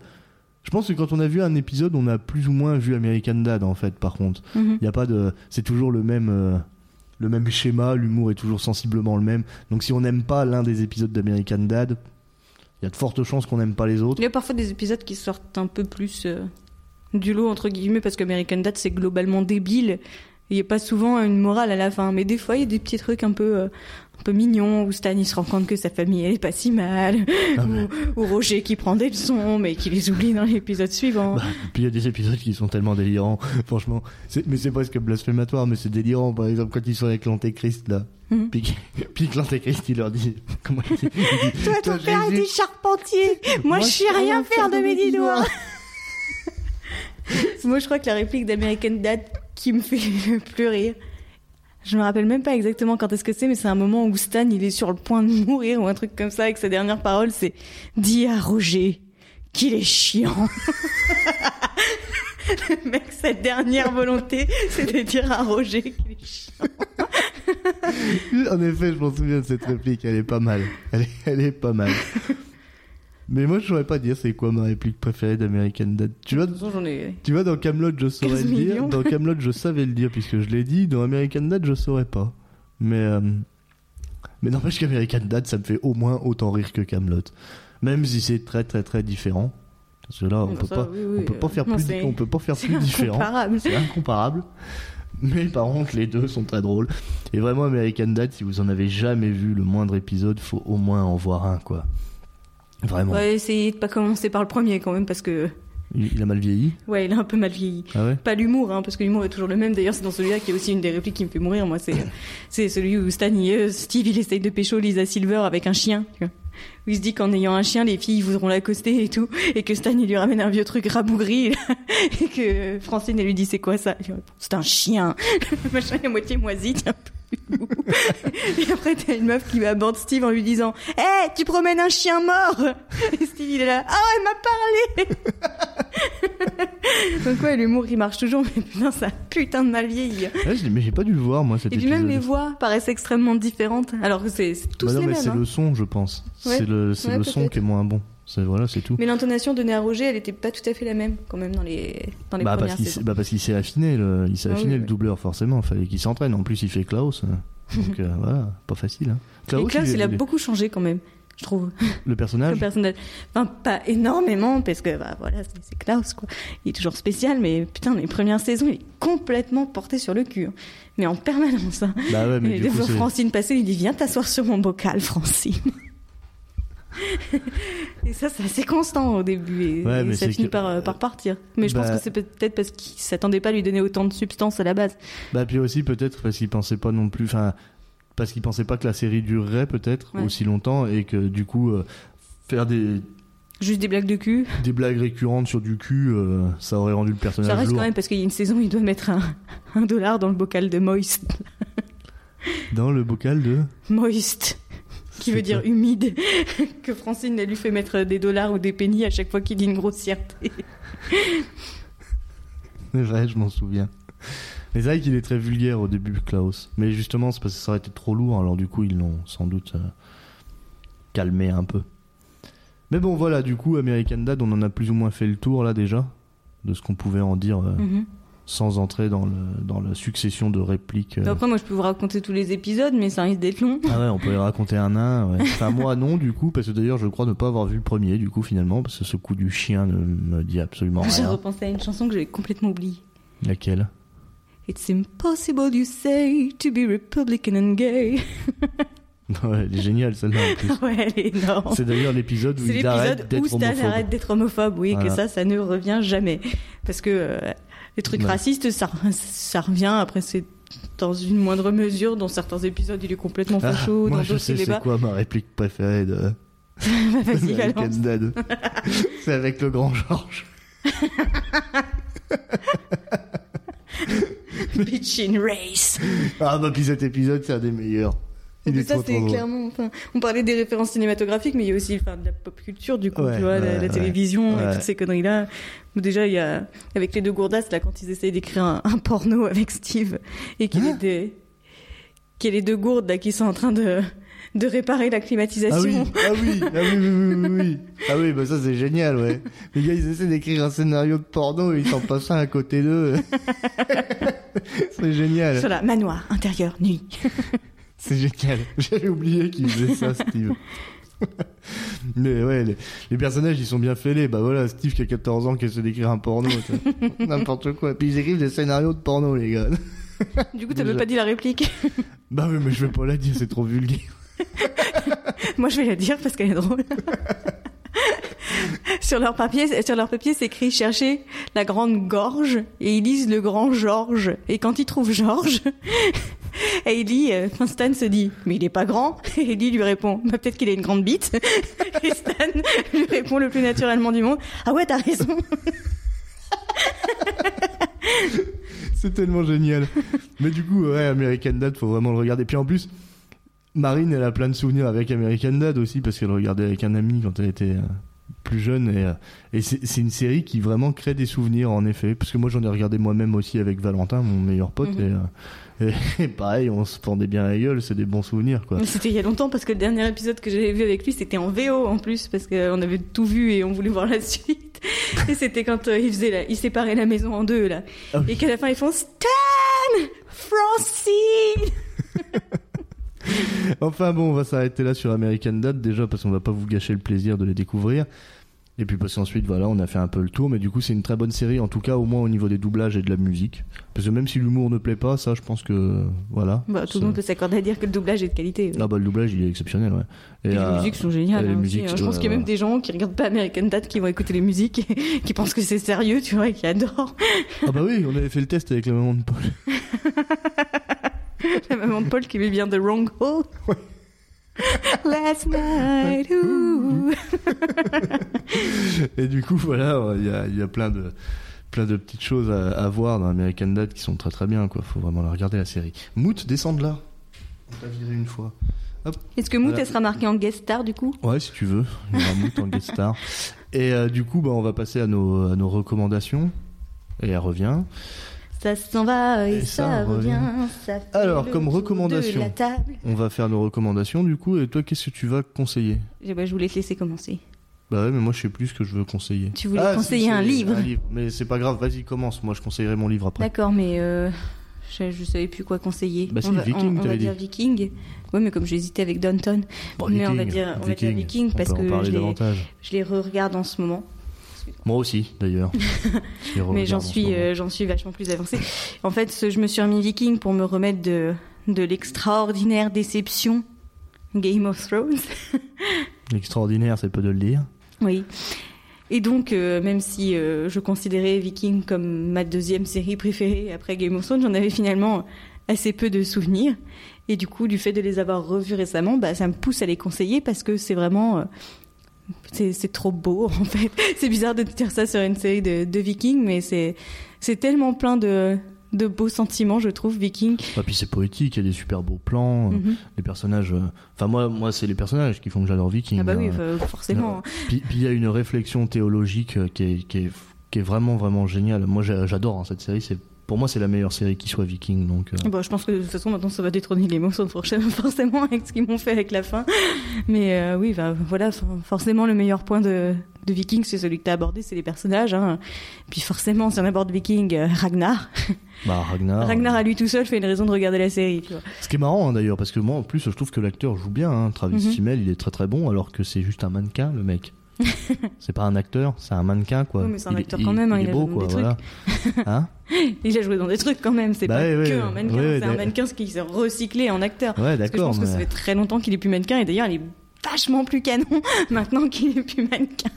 B: je pense que quand on a vu un épisode, on a plus ou moins vu American Dad en fait. Par contre,
A: Mhm.
B: il y a pas de, c'est toujours le même. euh, le même schéma, l'humour est toujours sensiblement le même. Donc si on n'aime pas l'un des épisodes d'American Dad, il y a de fortes chances qu'on n'aime pas les autres.
A: Il y a parfois des épisodes qui sortent un peu plus euh, du lot, entre guillemets, parce qu'American Dad, c'est globalement débile. Il n'y a pas souvent une morale à la fin, mais des fois, il y a des petits trucs un peu, euh, un peu mignons où Stan il se rend compte que sa famille elle est pas si mal,
B: Ah,
A: ou,
B: mais-
A: ou Roger qui prend des leçons mais qui les oublie dans l'épisode suivant.
B: Bah, puis il y a des épisodes qui sont tellement délirants, franchement. C'est- Mais c'est presque blasphématoire, mais c'est délirant. Par exemple, quand ils sont avec l'antéchrist, là.
A: Mhm.
B: Puis, puis que l'antéchrist, il leur dit. Comment il dit, Il dit,
A: Toi, Euh, ton père
B: Jésus,
A: était charpentier. Moi, je sais rien faire de mes dix doigts. Moi, je crois que la réplique d'American Dad qui me fait le plus rire. Je me rappelle même pas exactement quand est-ce que c'est, mais c'est un moment où Stan il est sur le point de mourir ou un truc comme ça, et que sa dernière parole c'est dis à Roger qu'il est chiant. le mec, sa dernière volonté c'est de dire à Roger qu'il est chiant.
B: En effet, je m'en souviens de cette réplique. Elle est pas mal. Elle est, elle est pas mal. Mais moi, je saurais pas dire c'est quoi ma réplique préférée d'American Dad. Tu vois,
A: Ah, De toute façon, j'en ai.
B: tu vois, dans Camelot, je saurais
A: 15
B: le dire.
A: millions.
B: Dans Camelot, je savais le dire puisque je l'ai dit. Dans American Dad, je saurais pas. Mais euh, mais n'empêche qu'American Dad, ça me fait au moins autant rire que Camelot, même si c'est très très très différent. Parce que là, on
A: Bon,
B: peut
A: ça,
B: pas,
A: oui,
B: on
A: oui,
B: peut pas
A: euh,
B: faire
A: non,
B: plus,
A: c'est-
B: on peut pas faire
A: c'est
B: plus différent.
A: incomparable.
B: C'est incomparable. Mais par contre, les deux sont très drôles. Et vraiment, American Dad, si vous en avez jamais vu le moindre épisode, faut au moins en voir un, quoi. Vraiment.
A: Ouais, essayez de pas commencer par le premier quand même parce que
B: Il il a mal vieilli.
A: ouais, il a un peu mal vieilli.
B: Ah ouais
A: Pas l'humour, hein, parce que l'humour est toujours le même. D'ailleurs, c'est dans celui-là qu'il y a aussi une des répliques qui me fait mourir. Moi, c'est c'est celui où Stan, il- euh, Steve, il essaye de pécho Lisa Silver avec un chien. tu vois. Où il se dit qu'en ayant un chien, les filles voudront l'accoster et tout, et que Stan il lui ramène un vieux truc rabougri, là, et que Francine elle lui dit c'est quoi ça Il lui répond, C'est un chien. Le Machin est à moitié moisi, tiens. un peu mou. Et après t'as une meuf qui aborde Steve en lui disant Hé, tu promènes un chien mort Et Steve il est là Ah, elle m'a parlé donc ouais, l'humour il marche toujours, mais putain, ça a putain de mal vieilli.
B: Ouais, je- Mais j'ai pas dû le voir, moi, cet
A: Et puis
B: épisode.
A: même les voix paraissent extrêmement différentes, alors que c'est c'est tous
B: Bah non,
A: les
B: mais
A: mêmes.
B: c'est
A: hein.
B: le son, je pense.
A: Ouais.
B: C'est le, c'est
A: Ouais,
B: le son
A: peut-être.
B: qui est moins bon. C'est voilà, c'est tout.
A: Mais l'intonation donnée à Roger, elle était pas tout à fait la même quand même dans les dans les
B: bah, parce
A: premières
B: qu'il s'est-
A: saisons.
B: bah, parce qu'il s'est affiné, le, il s'est
A: Ah oui,
B: affiné le
A: ouais.
B: doubleur forcément. Fallait qu'il s'entraîne. En plus, il fait Klaus. euh, Donc euh, voilà, pas facile. Hein.
A: Et Klaus, il a
B: est- Ah,
A: beaucoup changé quand même, je trouve,
B: le personnage.
A: comme personnage. Enfin, pas énormément, parce que bah, voilà, c'est c'est Klaus quoi. Il est toujours spécial, mais putain, les premières saisons, il est complètement porté sur le cul, hein. mais en permanence. hein.
B: Bah ouais, mais
A: Et
B: du
A: dès
B: coup,
A: que
B: c'est-
A: Francine passait, il dit Viens t'asseoir sur mon bocal, Francine. et ça, c'est assez constant au début. Et,
B: Ouais,
A: et
B: mais
A: ça
B: c'est
A: finit
B: que-
A: par, euh, par partir. Mais je
B: Bah-
A: pense que c'est peut-être parce qu'il s'attendait pas à lui donner autant de substance à la base.
B: Bah puis aussi peut-être parce qu'il pensait pas non plus, enfin parce qu'il pensait pas que la série durerait peut-être
A: Ouais.
B: aussi longtemps et que du coup euh, faire des,
A: Juste des blagues de cul.
B: des blagues récurrentes sur du cul, euh, ça aurait rendu le personnage
A: ça reste
B: lourd.
A: quand même parce qu'il y a une saison, il doit mettre un, un dollar dans le bocal de Moist.
B: Dans le bocal de.
A: Moist. Qui
B: C'est
A: veut dire
B: quoi
A: humide, que Francine elle lui fait mettre des dollars ou des pennies à chaque fois qu'il dit une grossièreté.
B: C'est vrai, je m'en souviens. Mais c'est vrai qu'il est très vulgaire au début, Klaus. Mais justement, c'est parce que ça aurait été trop lourd, alors du coup, ils l'ont sans doute euh, calmé un peu. Mais bon, voilà, du coup, American Dad, on en a plus ou moins fait le tour là déjà, de ce qu'on pouvait en dire euh,
A: Mhm.
B: sans entrer dans, le, dans la succession de répliques. euh.
A: Après, moi je peux vous raconter tous les épisodes, mais ça risque d'être long.
B: Ah ouais, on peut y raconter un nain. Ouais. Enfin, moi non, du coup, parce que d'ailleurs, je crois ne pas avoir vu le premier, du coup, finalement, parce que ce coup du chien ne me dit absolument
A: J'ai
B: rien.
A: repensé à une chanson que j'avais complètement oubliée.
B: Laquelle
A: It's impossible, you say, to be Republican and gay. Ah
B: Ouais, Elle est géniale, celle-là, en plus.
A: ouais, elle est énorme.
B: C'est d'ailleurs l'épisode où
A: C'est
B: il arrête
A: l'épisode où
B: d'être
A: Stan
B: homophobe.
A: arrête d'être homophobe, oui,
B: Voilà.
A: que ça, ça ne revient jamais. Parce que euh, les trucs
B: Ouais.
A: racistes, ça, ça revient, après c'est dans une moindre mesure, dans certains épisodes il est complètement
B: Ah,
A: facho,
B: moi,
A: dans
B: je
A: d'autres
B: sais
A: il est
B: c'est
A: pas.
B: quoi ma réplique préférée de
A: Bah, Vas-y,
B: American
A: balance.
B: Dad. c'est avec le grand Georges.
A: Bitch in race.
B: Ah bah puis cet épisode c'est un des meilleurs. Il
A: Mais
B: est
A: ça,
B: trop trop
A: c'est
B: drôle.
A: clairement. Enfin, on parlait des références cinématographiques, mais il y a aussi enfin, de la pop culture, du coup,
B: Ouais,
A: tu vois,
B: ouais,
A: la, la
B: ouais.
A: télévision
B: Ouais.
A: et toutes ces conneries-là. Où Déjà, il y a. Avec les deux gourdasses, là, quand ils essayent d'écrire un, un porno avec Steve, et qu'il y a
B: Ah.
A: des. qu'il y a les deux gourdes, là, qui sont en train de. de réparer la
B: Ah oui,
A: climatisation.
B: ah oui, ah oui, oui, oui, oui, oui. Ah oui, bah ça c'est génial, ouais. Les gars, ils essaient d'écrire un scénario de porno et ils s'en passent un à côté d'eux. c'est génial.
A: Voilà, manoir, intérieur, nuit.
B: C'est génial. J'avais oublié qu'il faisait ça, Steve. Mais ouais, les, les personnages ils sont bien fêlés. Bah voilà, Steve qui a 14 ans qui essaie d'écrire un porno. tu vois. N'importe quoi. Puis ils écrivent des scénarios de porno, les gars.
A: Du coup, t'as même pas dit la réplique.
B: Bah oui, mais je vais pas la dire, c'est trop vulgaire.
A: Moi, je vais la dire parce qu'elle est drôle. sur leur papier, sur leur papier, c'est écrit chercher la grande gorge et ils lisent le grand Georges. Et quand ils trouvent Georges, Hailey, euh, enfin, Stan se dit mais il est pas grand. Et Hailey lui répond bah, peut-être qu'il a une grande bite. et Stan lui répond le plus naturellement du monde ah ouais t'as raison.
B: C'est tellement génial. Mais du coup, ouais, American Dad, faut vraiment le regarder. Puis en plus, Marine, elle a plein de souvenirs avec American Dad aussi, parce qu'elle regardait avec un ami quand elle était euh, plus jeune. Et, euh, et c'est c'est une série qui vraiment crée des souvenirs, en effet. Parce que moi, j'en ai regardé moi-même aussi avec Valentin, mon meilleur pote. et, euh, et- et pareil, on se pendait bien la gueule, c'est des bons souvenirs, quoi.
A: Mais C'était il y a longtemps parce que le dernier épisode que j'avais vu avec lui, c'était en VO en plus parce qu'on avait tout vu et on voulait voir la suite. Et c'était quand euh, il faisait la- il séparait la maison en deux là,
B: Ah oui.
A: et qu'à la fin ils font Stan, Francine.
B: Enfin bon, on va s'arrêter là sur American Dad déjà parce qu'on va pas vous gâcher le plaisir de les découvrir. Et puis parce qu'ensuite, voilà, on a fait un peu le tour, mais du coup, c'est une très bonne série, en tout cas, au moins au niveau des doublages et de la musique. Parce que même si l'humour ne plaît pas, ça, je pense que, voilà.
A: Bah, tout
B: Ça-
A: le monde peut s'accorder à dire que le doublage est de qualité. ouais.
B: Ah bah, le doublage, il est exceptionnel, ouais. Et,
A: Et les
B: euh,
A: musiques sont géniales.
B: et les
A: hein, aussi,
B: musiques, euh,
A: hein. Je pense
B: ouais,
A: qu'il y a même
B: ouais.
A: des gens qui regardent pas American Dad qui vont écouter les musiques, et qui pensent que c'est sérieux, tu vois, et qui adorent.
B: Ah bah oui, on avait fait le test avec la maman de Paul.
A: La maman de Paul qui met bien The Wrong Hole. Last night, ooh.
B: Et du coup, voilà, ouais, il y a, il y a plein de plein de petites choses à, à voir dans American Dad qui sont très très bien, quoi. Faut vraiment la regarder, la série. Moot, descends de là. On t'a viré une fois.
A: Est-ce que Moot,
B: Voilà.
A: elle sera marquée en guest star du coup
B: Ouais, si tu veux. Il y aura Moot en guest star. Et euh, du coup, bah, on va passer à nos, à nos recommandations. Et elle revient.
A: Ça s'en va et,
B: Et ça
A: ça,
B: revient.
A: revient. ça fait
B: Alors,
A: le
B: comme
A: tour
B: recommandation.
A: de la table.
B: On va faire nos recommandations, du coup. Et toi, qu'est-ce que tu vas conseiller
A: Je, bah, je voulais te laisser commencer.
B: Bah ouais, mais moi, je sais plus ce que je veux conseiller. Ah,
A: Tu voulais
B: si,
A: conseiller
B: c'est
A: un livre.
B: Mais c'est pas grave, vas-y, commence. Moi, je conseillerai mon livre après.
A: D'accord, mais euh, je, je savais plus quoi conseiller.
B: Bah, si,
A: on va, on, on
B: Viking, t'avais
A: va
B: dit.
A: dire Viking. Oui, mais comme j'hésitais avec Downton,
B: Bon,
A: mais on va dire- on va dire Viking parce
B: peut en
A: que
B: parler
A: je l'ai-
B: davantage.
A: je les re-regarde en ce moment.
B: Moi aussi, d'ailleurs. Je
A: mais
B: les regarde
A: j'en
B: en ce
A: suis,
B: moment.
A: euh, j'en suis vachement plus avancée. En fait, ce- je me suis remis Viking pour me remettre de, de l'extraordinaire déception Game of Thrones.
B: Extraordinaire, c'est peu de le dire.
A: Oui. Et donc, euh, même si euh, je considérais Viking comme ma deuxième série préférée après Game of Thrones, j'en avais finalement assez peu de souvenirs. Et du coup, du fait de les avoir revus récemment, bah, ça me pousse à les conseiller parce que c'est vraiment... euh, c'est c'est trop beau, en fait. C'est bizarre de dire ça sur une série de, de Viking, mais c'est c'est tellement plein de, de beaux sentiments, je trouve, Viking.
B: Et puis c'est poétique, il y a des super beaux plans, euh,
A: Mhm.
B: les personnages. euh, Enfin, moi, moi c'est les personnages qui font que j'adore Viking.
A: Ah bah oui,
B: hein.
A: euh, forcément.
B: Puis puis il y a une réflexion théologique euh, qui est, qui est, qui est vraiment, vraiment géniale. Moi, j'a- j'adore hein, cette série. C'est, pour moi, c'est la meilleure série qui soit Viking. Donc, euh,
A: Bon, je pense que de toute façon, maintenant, ça va détrôner les mots sans prochaine, forcément, avec ce qu'ils m'ont fait avec la fin. Mais euh, oui, bah, voilà, for- forcément, le meilleur point de, de Viking, c'est celui que tu as abordé, c'est les personnages. Hein. Puis forcément, si on aborde Viking, euh, Ragnar.
B: bah, Ragnar.
A: Ragnar, à lui tout seul, fait une raison de regarder la série. Tu vois.
B: Ce qui est marrant hein, d'ailleurs, parce que moi, en plus, je trouve que l'acteur joue bien. hein. Travis
A: Mhm.
B: Fimmel, il est très très bon, alors que c'est juste un mannequin, le mec. c'est pas un acteur, c'est un mannequin, quoi.
A: Oui, mais c'est un
B: Il est-
A: acteur
B: il-
A: quand même, hein,
B: Il,
A: il
B: est
A: a
B: beau,
A: joué
B: quoi.
A: dans des
B: Voilà. hein
A: Il a joué dans des trucs quand même, c'est
B: Bah
A: pas
B: ouais, ouais,
A: que un mannequin,
B: ouais, ouais,
A: c'est un
B: mais-
A: mannequin qui s'est recyclé en acteur.
B: ouais,
A: Parce que je
B: d'accord.
A: pense que ça
B: mais-
A: fait très longtemps qu'il est plus mannequin, et d'ailleurs, il est vachement plus canon maintenant qu'il est plus mannequin.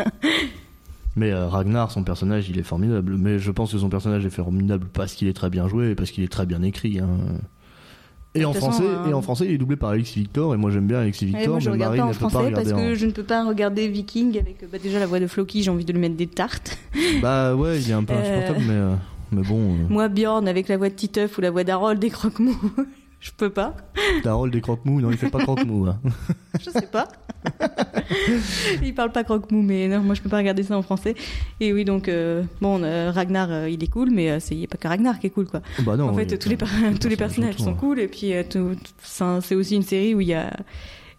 B: Mais euh, Ragnar, son personnage, il est formidable. Mais je pense que son personnage est formidable parce qu'il est très bien joué et parce qu'il est très bien écrit. hein. Et
A: De
B: en,
A: toute
B: français,
A: façon, euh,
B: et en français, il est doublé par Alexis Victor. Et moi, j'aime bien Alexis
A: Ouais,
B: Victor,
A: moi, je
B: mais
A: regarde
B: Marine
A: pas en
B: ne peut pas
A: français parce
B: regarder
A: que je ne peux pas regarder Viking avec euh, bah, déjà la voix de Floki, j'ai envie de lui mettre des tartes.
B: en... Bah ouais, il est un peu
A: Euh,
B: insupportable, mais, euh, mais bon. euh,
A: Moi, Bjorn avec la voix de Titeuf ou la voix d'Harold des Croque-Mou, je peux pas,
B: Darol des croque-mou, non, il fait pas croque-mou. hein.
A: je sais pas. il parle pas Croque-Mou, mais non, moi je peux pas regarder ça en français. Et oui, donc, euh, bon, euh, Ragnar, euh, il est cool, mais euh, c'est- il n'y a pas que Ragnar qui est cool, quoi.
B: Bah non.
A: en
B: il
A: fait,
B: est hein.
A: tous les,
B: pas-
A: par-
B: les
A: tous les
B: personnages
A: personnages
B: autour,
A: sont
B: ouais.
A: cool, et puis euh, tout- tout- c'est un- c'est aussi une série où il y a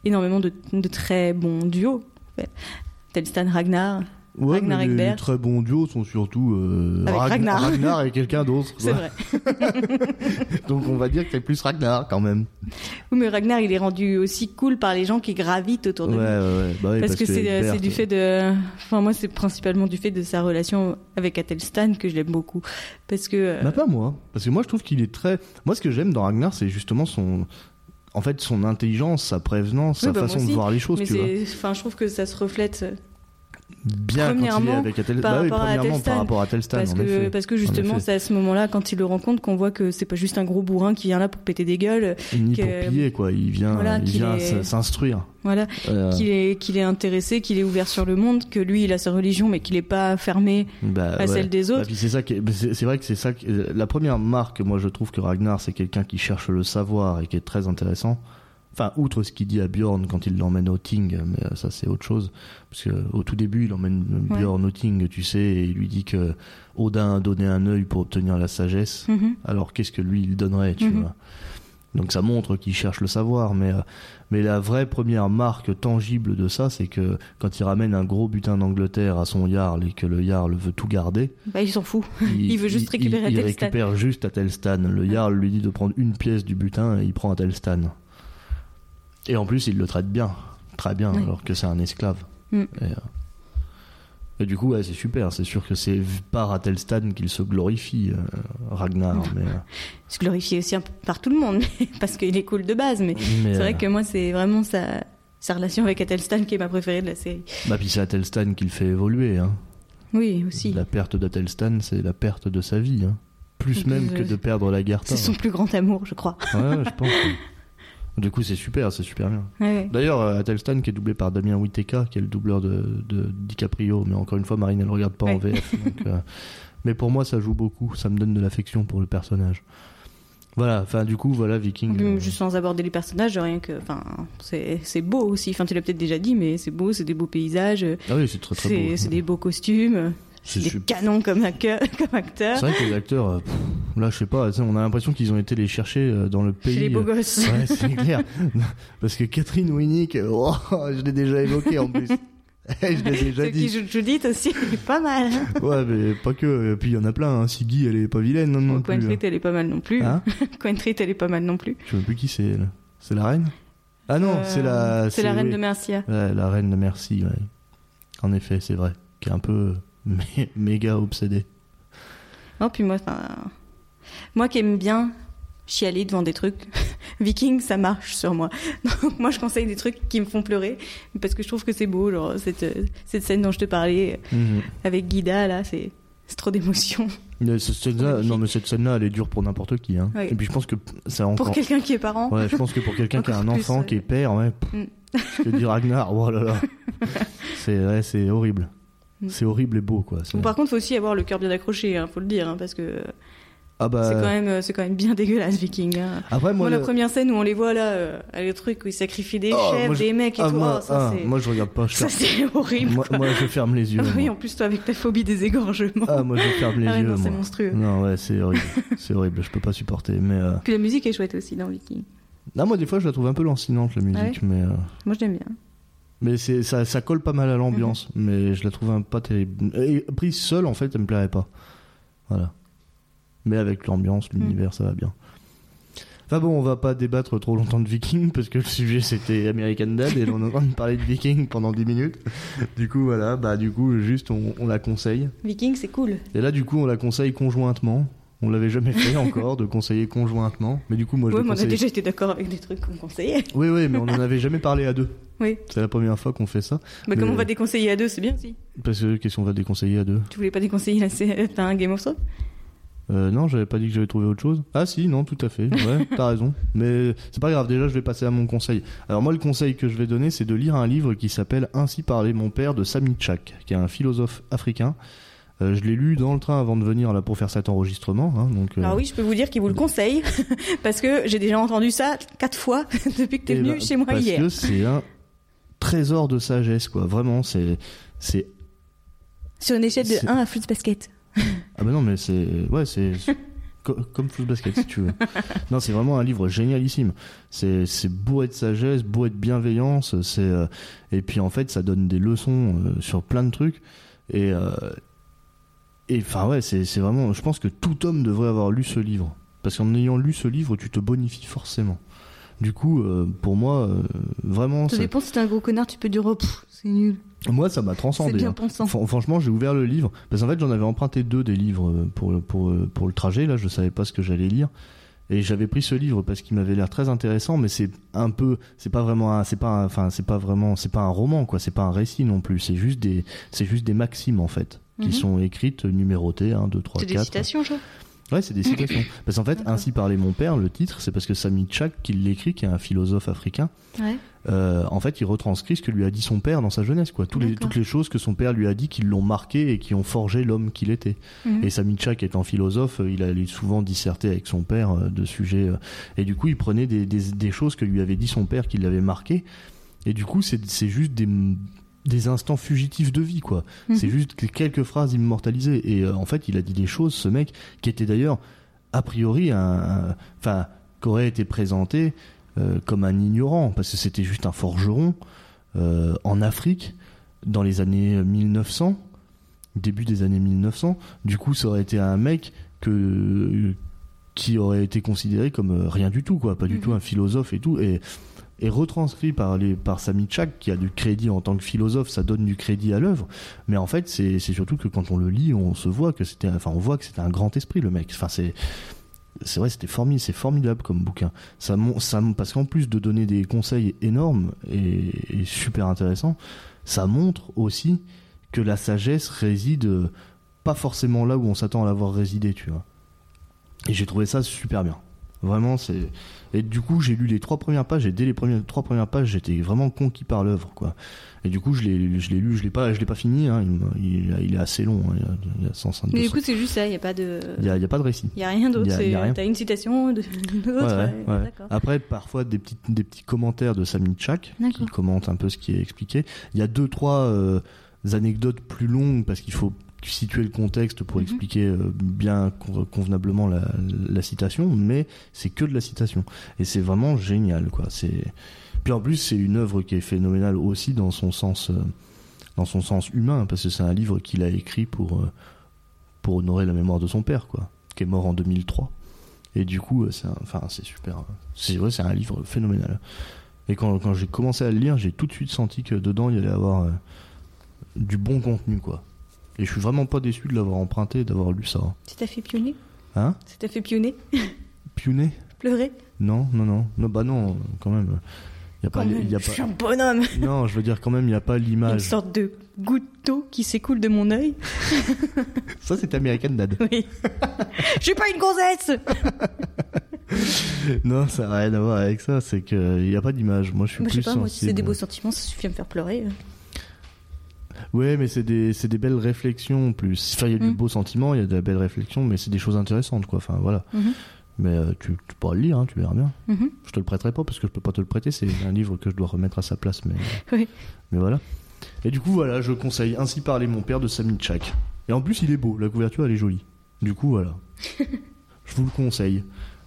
A: énormément de, de très bons duos. en fait. Tel Stan Ragnar,
B: Ouais,
A: Ragnar
B: mais les,
A: Ekberg.
B: les très bons duos sont surtout euh,
A: Avec
B: Ragn-
A: Ragnar.
B: et quelqu'un d'autre.
A: C'est
B: quoi.
A: vrai.
B: Donc on va dire que c'est plus Ragnar quand même.
A: Oui, mais Ragnar, il est rendu aussi cool par les gens qui gravitent autour de
B: Ouais,
A: lui.
B: ouais, ouais. Bah oui,
A: Parce, que, c'est euh,
B: Ekberg,
A: c'est du fait de. Enfin, moi, c'est principalement du fait de sa relation avec Athelstan que je l'aime beaucoup. Parce que. euh,
B: Bah pas moi, parce que moi je trouve qu'il est très. Moi ce que j'aime dans Ragnar, c'est justement son, en fait son intelligence, sa prévenance,
A: Oui,
B: sa
A: bah, moi
B: façon de
A: aussi.
B: voir les choses,
A: mais
B: tu vois.
A: c'est. Enfin, je trouve que ça se reflète. euh,
B: Bien quand il est
A: Premièrement,
B: avec Athel...
A: par
B: bah oui,
A: rapport à
B: premièrement
A: Athelstan.
B: par rapport à Telstan,
A: Parce
B: en
A: que,
B: effet.
A: parce que
B: En
A: justement,
B: effet.
A: c'est à ce moment-là, quand il le rencontre, qu'on voit que c'est pas juste un gros bourrin qui vient là pour péter des gueules.
B: Ni
A: que-
B: pour piller quoi, il vient,
A: Voilà,
B: il
A: qu'il
B: vient
A: est-
B: s- s'instruire.
A: Voilà.
B: Euh,
A: Qu'il est, qu'il est intéressé, qu'il est ouvert sur le monde, que lui, il a sa religion, mais qu'il est pas fermé
B: bah,
A: à
B: ouais.
A: celle des
B: Bah,
A: autres.
B: puis c'est ça qui est- c'est c'est vrai que c'est ça qui- la première marque moi je trouve que Ragnar c'est quelqu'un qui cherche le savoir et qui est très intéressant enfin outre ce qu'il dit à Bjorn quand il l'emmène au Thing mais euh, ça c'est autre chose parce que au tout début il emmène
A: Ouais.
B: Bjorn au Thing tu sais et il lui dit que Odin a donné un œil pour obtenir la sagesse
A: Mhm.
B: alors qu'est-ce que lui il donnerait tu
A: Mhm.
B: vois donc ça montre qu'il cherche le savoir mais euh, mais la vraie première marque tangible de ça c'est que quand il ramène un gros butin d'Angleterre à son jarl et que le jarl veut tout garder
A: Bah, il s'en fout.
B: il,
A: Il veut juste récupérer Ah.
B: il, il
A: Athelstan.
B: récupère juste Athelstan. Le Jarl lui dit de prendre une pièce du butin et il prend Athelstan. Et en plus, il le traite bien. Très bien,
A: Oui.
B: alors que c'est un esclave.
A: Mm.
B: Et, euh, et du coup, ouais, c'est super. C'est sûr que c'est par Athelstan qu'il se glorifie, euh, Ragnar. mais, euh,
A: Il se glorifie aussi un peu par tout le monde, mais- parce qu'il est cool de base, mais.
B: mais,
A: C'est
B: euh,
A: vrai que moi, c'est vraiment sa, sa relation avec Athelstan qui est ma préférée de la série.
B: Bah, puis c'est Athelstan qui le fait évoluer. hein.
A: Oui, aussi.
B: La perte d'Athelstan, c'est la perte de sa vie. hein. Plus
A: Plus,
B: même que
A: euh,
B: de perdre la guerre.
A: C'est son plus grand amour, je crois.
B: je pense. Du coup, c'est super, c'est super bien.
A: Ouais, ouais.
B: D'ailleurs, euh, Athelstan qui est doublé par Damien Witeka, qui est le doubleur de, de DiCaprio, mais encore une fois, Marine, elle regarde pas en
A: Ouais.
B: VF. donc, euh, mais pour moi, ça joue beaucoup, ça me donne de l'affection pour le personnage. Voilà, enfin, du coup, voilà, Viking. euh,
A: Même Juste sans aborder les personnages, rien que. Enfin, c'est c'est beau aussi. Enfin, tu l'as peut-être déjà dit, mais c'est beau, c'est des beaux paysages,
B: Ah oui, c'est très très
A: c'est
B: beau.
A: c'est des beaux costumes,
B: C'est
A: c'est des
B: super.
A: canons comme, acteur- comme acteur.
B: C'est vrai que les acteurs, euh, pff, là, je sais pas, tu sais, on a l'impression qu'ils ont été les chercher euh, dans le pays.
A: Chez les beaux
B: euh,
A: gosses.
B: Ouais, c'est clair. Parce que Catherine Winnick, euh, oh, je l'ai déjà évoqué en plus. Eh, je l'ai déjà
A: Ceux qui
B: dit.
A: jouent Judith aussi, elle est pas mal.
B: Ouais, mais pas que. Et puis il y en a plein. Hein. Siggy, elle est pas vilaine, non, non
A: Bon,
B: plus.
A: Cointreat, elle est pas mal non plus.
B: Hein
A: Cointreat, elle est pas mal non plus.
B: Je sais même plus qui c'est. elle. C'est la reine Ah non,
A: Euh,
B: c'est la.
A: C'est la reine
B: oui.
A: de Mercia.
B: Ouais, la reine de Merci, ouais. En effet, c'est vrai. Qui est un peu euh, mé- méga obsédée.
A: Non, puis moi, enfin, moi qui aime bien chialer devant des trucs, Viking, ça marche sur moi. Donc moi, je conseille des trucs qui me font pleurer parce que je trouve que c'est beau, genre cette, euh, cette scène dont je te parlais
B: Mhm.
A: euh, avec Guida, là, c'est c'est trop d'émotion.
B: Mais cette scène-là, non, mais cette scène-là, elle est dure pour n'importe qui. Hein.
A: Ouais.
B: Et puis je pense que ça encore.
A: Pour quelqu'un qui est parent,
B: Ouais, je pense que pour quelqu'un qui a un
A: Encore plus,
B: enfant,
A: ouais.
B: qui est père, ouais. pff,
A: Mm.
B: ce que dit Ragnar, oh là là. C'est ouais, c'est horrible.
A: Mm.
B: C'est horrible et beau, quoi. C'est-
A: Bon, par contre, faut aussi avoir le cœur bien accroché, hein, faut le dire, hein, parce que euh,
B: Ah bah.
A: c'est quand même, euh, c'est quand même bien dégueulasse, Viking. hein.
B: Après, moi,
A: Moi, la
B: le-
A: première scène où on les voit là, euh, à le truc où ils sacrifient des
B: Oh,
A: chefs,
B: moi, je-
A: des mecs et
B: ah,
A: tout,
B: moi,
A: oh, ça
B: ah,
A: c'est-
B: moi, je regarde pas. Je
A: ça,
B: ferme-
A: c'est horrible.
B: moi,
A: quoi.
B: moi, je ferme les yeux.
A: Ah oui,
B: moi.
A: en plus, toi, avec ta phobie des égorgements.
B: Ah, moi, je ferme les
A: Ah ouais,
B: yeux.
A: non, c'est
B: moi. Mm.
A: monstrueux.
B: Non, ouais, c'est horrible. c'est horrible, je peux pas supporter. Mais euh,
A: Puis la musique est chouette aussi dans Viking.
B: non, moi, des fois, je la trouve un peu lancinante, la musique.
A: Ah ouais
B: mais euh,
A: Moi, je l'aime bien.
B: mais c'est, ça, ça colle pas mal à l'ambiance.
A: Mhm.
B: Mais je la trouve un pas terrible. Et prise seule, en fait, elle me plairait pas. Voilà. Mais avec l'ambiance,
A: Mhm.
B: l'univers, ça va bien. Enfin bon, on va pas débattre trop longtemps de Viking parce que le sujet c'était American Dad et on est en train de parler de Viking pendant 10 minutes. Du coup, voilà, bah du coup, juste on- on la conseille.
A: Viking, c'est cool.
B: Et là, du coup, on la conseille conjointement. On l'avait jamais fait encore de conseiller conjointement. Mais du coup, moi, je
A: ouais,
B: le
A: mais on a
B: conseille.
A: déjà été d'accord avec des trucs qu'on conseillait.
B: Oui, oui, mais on en avait jamais parlé à deux.
A: Oui.
B: C'est la première fois qu'on fait ça.
A: Bah,
B: Mais-
A: comme on va déconseiller à deux, c'est bien aussi.
B: Parce que qu'est-ce qu'on va déconseiller à deux
A: Tu voulais pas déconseiller la sé- enfin, Game of Thrones
B: euh, Non, j'avais pas dit que j'avais trouvé autre chose. Ah, si, non, tout à fait. Ouais, t'as raison. Mais c'est pas grave. Déjà, je vais passer à mon conseil. Alors moi, le conseil que je vais donner, c'est de lire un livre qui s'appelle Ainsi parlait mon père de Sami Tchak, qui est un philosophe africain. Euh, je l'ai lu dans le train avant de venir là pour faire cet enregistrement. hein, donc. euh,
A: Alors Ah oui, je peux vous dire qu'il vous le conseille, parce que j'ai déjà entendu ça quatre fois depuis que t'es
B: Eh
A: venu
B: ben,
A: chez moi
B: parce
A: hier.
B: que c'est un trésor de sagesse, quoi. Vraiment, c'est, c'est.
A: Sur une échelle
B: c'est-
A: de 1 à Fruits Basket.
B: Ah ben non, mais c'est, ouais, c'est co- comme Flou Basket, si tu veux. non, c'est vraiment un livre génialissime. C'est, c'est bourré de sagesse, bourré de bienveillance. C'est euh, et puis en fait, ça donne des leçons euh, sur plein de trucs. Et euh, et enfin ouais, c'est c'est vraiment. Je pense que tout homme devrait avoir lu ce livre parce qu'en ayant lu ce livre, tu te bonifies forcément. Du coup, euh, pour moi, euh, vraiment,
A: Ça
B: ça-
A: dépend si t'es un gros connard, tu peux dire oh, pff, c'est nul.
B: moi, ça m'a
A: C'est
B: transcendé.
A: bien
B: hein.
A: pensant.
B: Fran- Franchement, j'ai ouvert le livre parce qu'en fait, j'en avais emprunté deux des livres euh, pour le- pour euh, pour le trajet. Là, je savais pas ce que j'allais lire et j'avais pris ce livre parce qu'il m'avait l'air très intéressant, mais c'est un peu, c'est pas vraiment, un- c'est pas, un- enfin, c'est pas vraiment, c'est pas un roman quoi, c'est pas un récit non plus. C'est juste des, c'est juste des maximes en fait qui
A: Mhm.
B: sont écrites numérotées 1, 2, 3,
A: C'est
B: 4.
A: des citations, genre
B: Ouais, c'est des citations. Parce qu'en fait, Ainsi parlait mon père, le titre, c'est parce que Sami Tchak, qui l'écrit, qui est un philosophe africain,
A: Ouais.
B: euh, en fait, il retranscrit ce que lui a dit son père dans sa jeunesse, quoi. Tous les,
A: D'accord.
B: toutes les choses que son père lui a dit qui l'ont marqué et qui ont forgé l'homme qu'il était.
A: Mhm.
B: Et Sami Tchak étant philosophe, euh, il allait souvent disserter avec son père euh, de sujets. euh, et du coup, il prenait des, des, des choses que lui avait dit son père qui l'avaient marqué. Et du coup, c'est c'est juste des, des instants fugitifs de vie, quoi.
A: Mhm.
B: C'est juste que- quelques phrases immortalisées. Et euh, en fait, il a dit des choses, ce mec, qui était d'ailleurs, a priori, un- un. Enfin, qu'aurait été présenté euh, comme un ignorant, parce que c'était juste un forgeron euh, en Afrique dans les années 1900, début des années 1900. Du coup, ça aurait été un mec que qui aurait été considéré comme euh, rien du tout, quoi, pas du
A: Mhm.
B: tout un philosophe et tout, et, et retranscrit par les par Sami Tchak, qui a du crédit en tant que philosophe, ça donne du crédit à l'œuvre. Mais en fait, c'est c'est surtout que quand on le lit, on se voit que c'était, enfin, on voit que c'était un grand esprit, le mec. Enfin, c'est c'est vrai, c'était formidable, c'est formidable comme bouquin. Ça, mon- ça, mon- parce qu'en plus de donner des conseils énormes et, et super intéressants, ça montre aussi que la sagesse réside euh, pas forcément là où on s'attend à l'avoir résidé, tu vois. Et j'ai trouvé ça super bien. Vraiment, c'est. Et du coup, j'ai lu les trois premières pages et dès les premières, trois premières pages, j'étais vraiment conquis par l'œuvre, quoi. Et du coup, je l'ai, je l'ai lu, je l'ai pas, je l'ai pas fini. hein, il m'a- il, il est assez long, hein, il y a- il y a 105
A: Mais du
B: 200.
A: coup, c'est juste ça, il n'y a pas de.
B: Il y a- il y a pas de récit.
A: Il n'y a rien d'autre.
B: y a- y a
A: c'est-
B: rien.
A: T'as une citation de de l'autre.
B: Ouais,
A: ouais,
B: ouais, ouais.
A: D'accord.
B: Après, parfois des petits, des petits commentaires de Sami Tchak qui
A: D'accord.
B: commente un peu ce qui est expliqué. Il y a deux, trois euh, anecdotes plus longues parce qu'il faut situer le contexte pour
A: Mhm.
B: expliquer euh, bien con- convenablement la, la citation, mais c'est que de la citation. Et c'est vraiment génial, quoi. C'est. Puis en plus, c'est une œuvre qui est phénoménale aussi dans son sens, euh, dans son sens humain, parce que c'est un livre qu'il a écrit pour, euh, pour honorer la mémoire de son père, quoi, qui est mort en 2003. Et du coup, euh, c'est un- enfin, c'est super. hein. C'est vrai, c'est un livre phénoménal. Et quand, quand j'ai commencé à le lire, j'ai tout de suite senti que dedans, il y allait avoir euh, du bon contenu, quoi. Et je suis vraiment pas déçu de l'avoir emprunté, et d'avoir lu ça.
A: Tu t'as fait pionner
B: Hein
A: Tu t'as fait pionner
B: Pionner
A: Pleurer
B: Non, non, non. Non, bah non, quand même. Il y a pas,
A: Quand
B: les-
A: même,
B: il y a
A: Je suis
B: pas...
A: un bonhomme
B: Non, je veux dire quand même, il n'y a pas
A: Une
B: l'image.
A: sorte de goutte d'eau qui s'écoule de mon œil.
B: Ça, c'est American Dad.
A: Oui. Je suis pas une gonzesse Bah,
B: non, ça n'a rien à voir avec ça. C'est qu'il n'y a pas d'image. Moi, je suis
A: Bah, Je sais
B: plus
A: pas, moi, si c'est des
B: sensible.
A: beaux sentiments, ça suffit à me faire pleurer. euh.
B: Ouais, mais c'est des, c'est des belles réflexions en plus. Enfin, il y a du
A: Mm.
B: beau sentiment, il y a de la belle réflexion, mais c'est des choses intéressantes, quoi. Enfin, voilà.
A: Mhm.
B: Mais euh, tu, tu pourras le lire, hein, tu verras bien.
A: Mhm.
B: Je te le prêterai pas parce que je peux pas te le prêter. C'est un livre que je dois remettre à sa place, mais,
A: Oui.
B: mais voilà. Et du coup, voilà, je conseille Ainsi parlait mon père de Sami Tchak. Et en plus, il est beau. La couverture, elle est jolie. Du coup, voilà. je vous le conseille.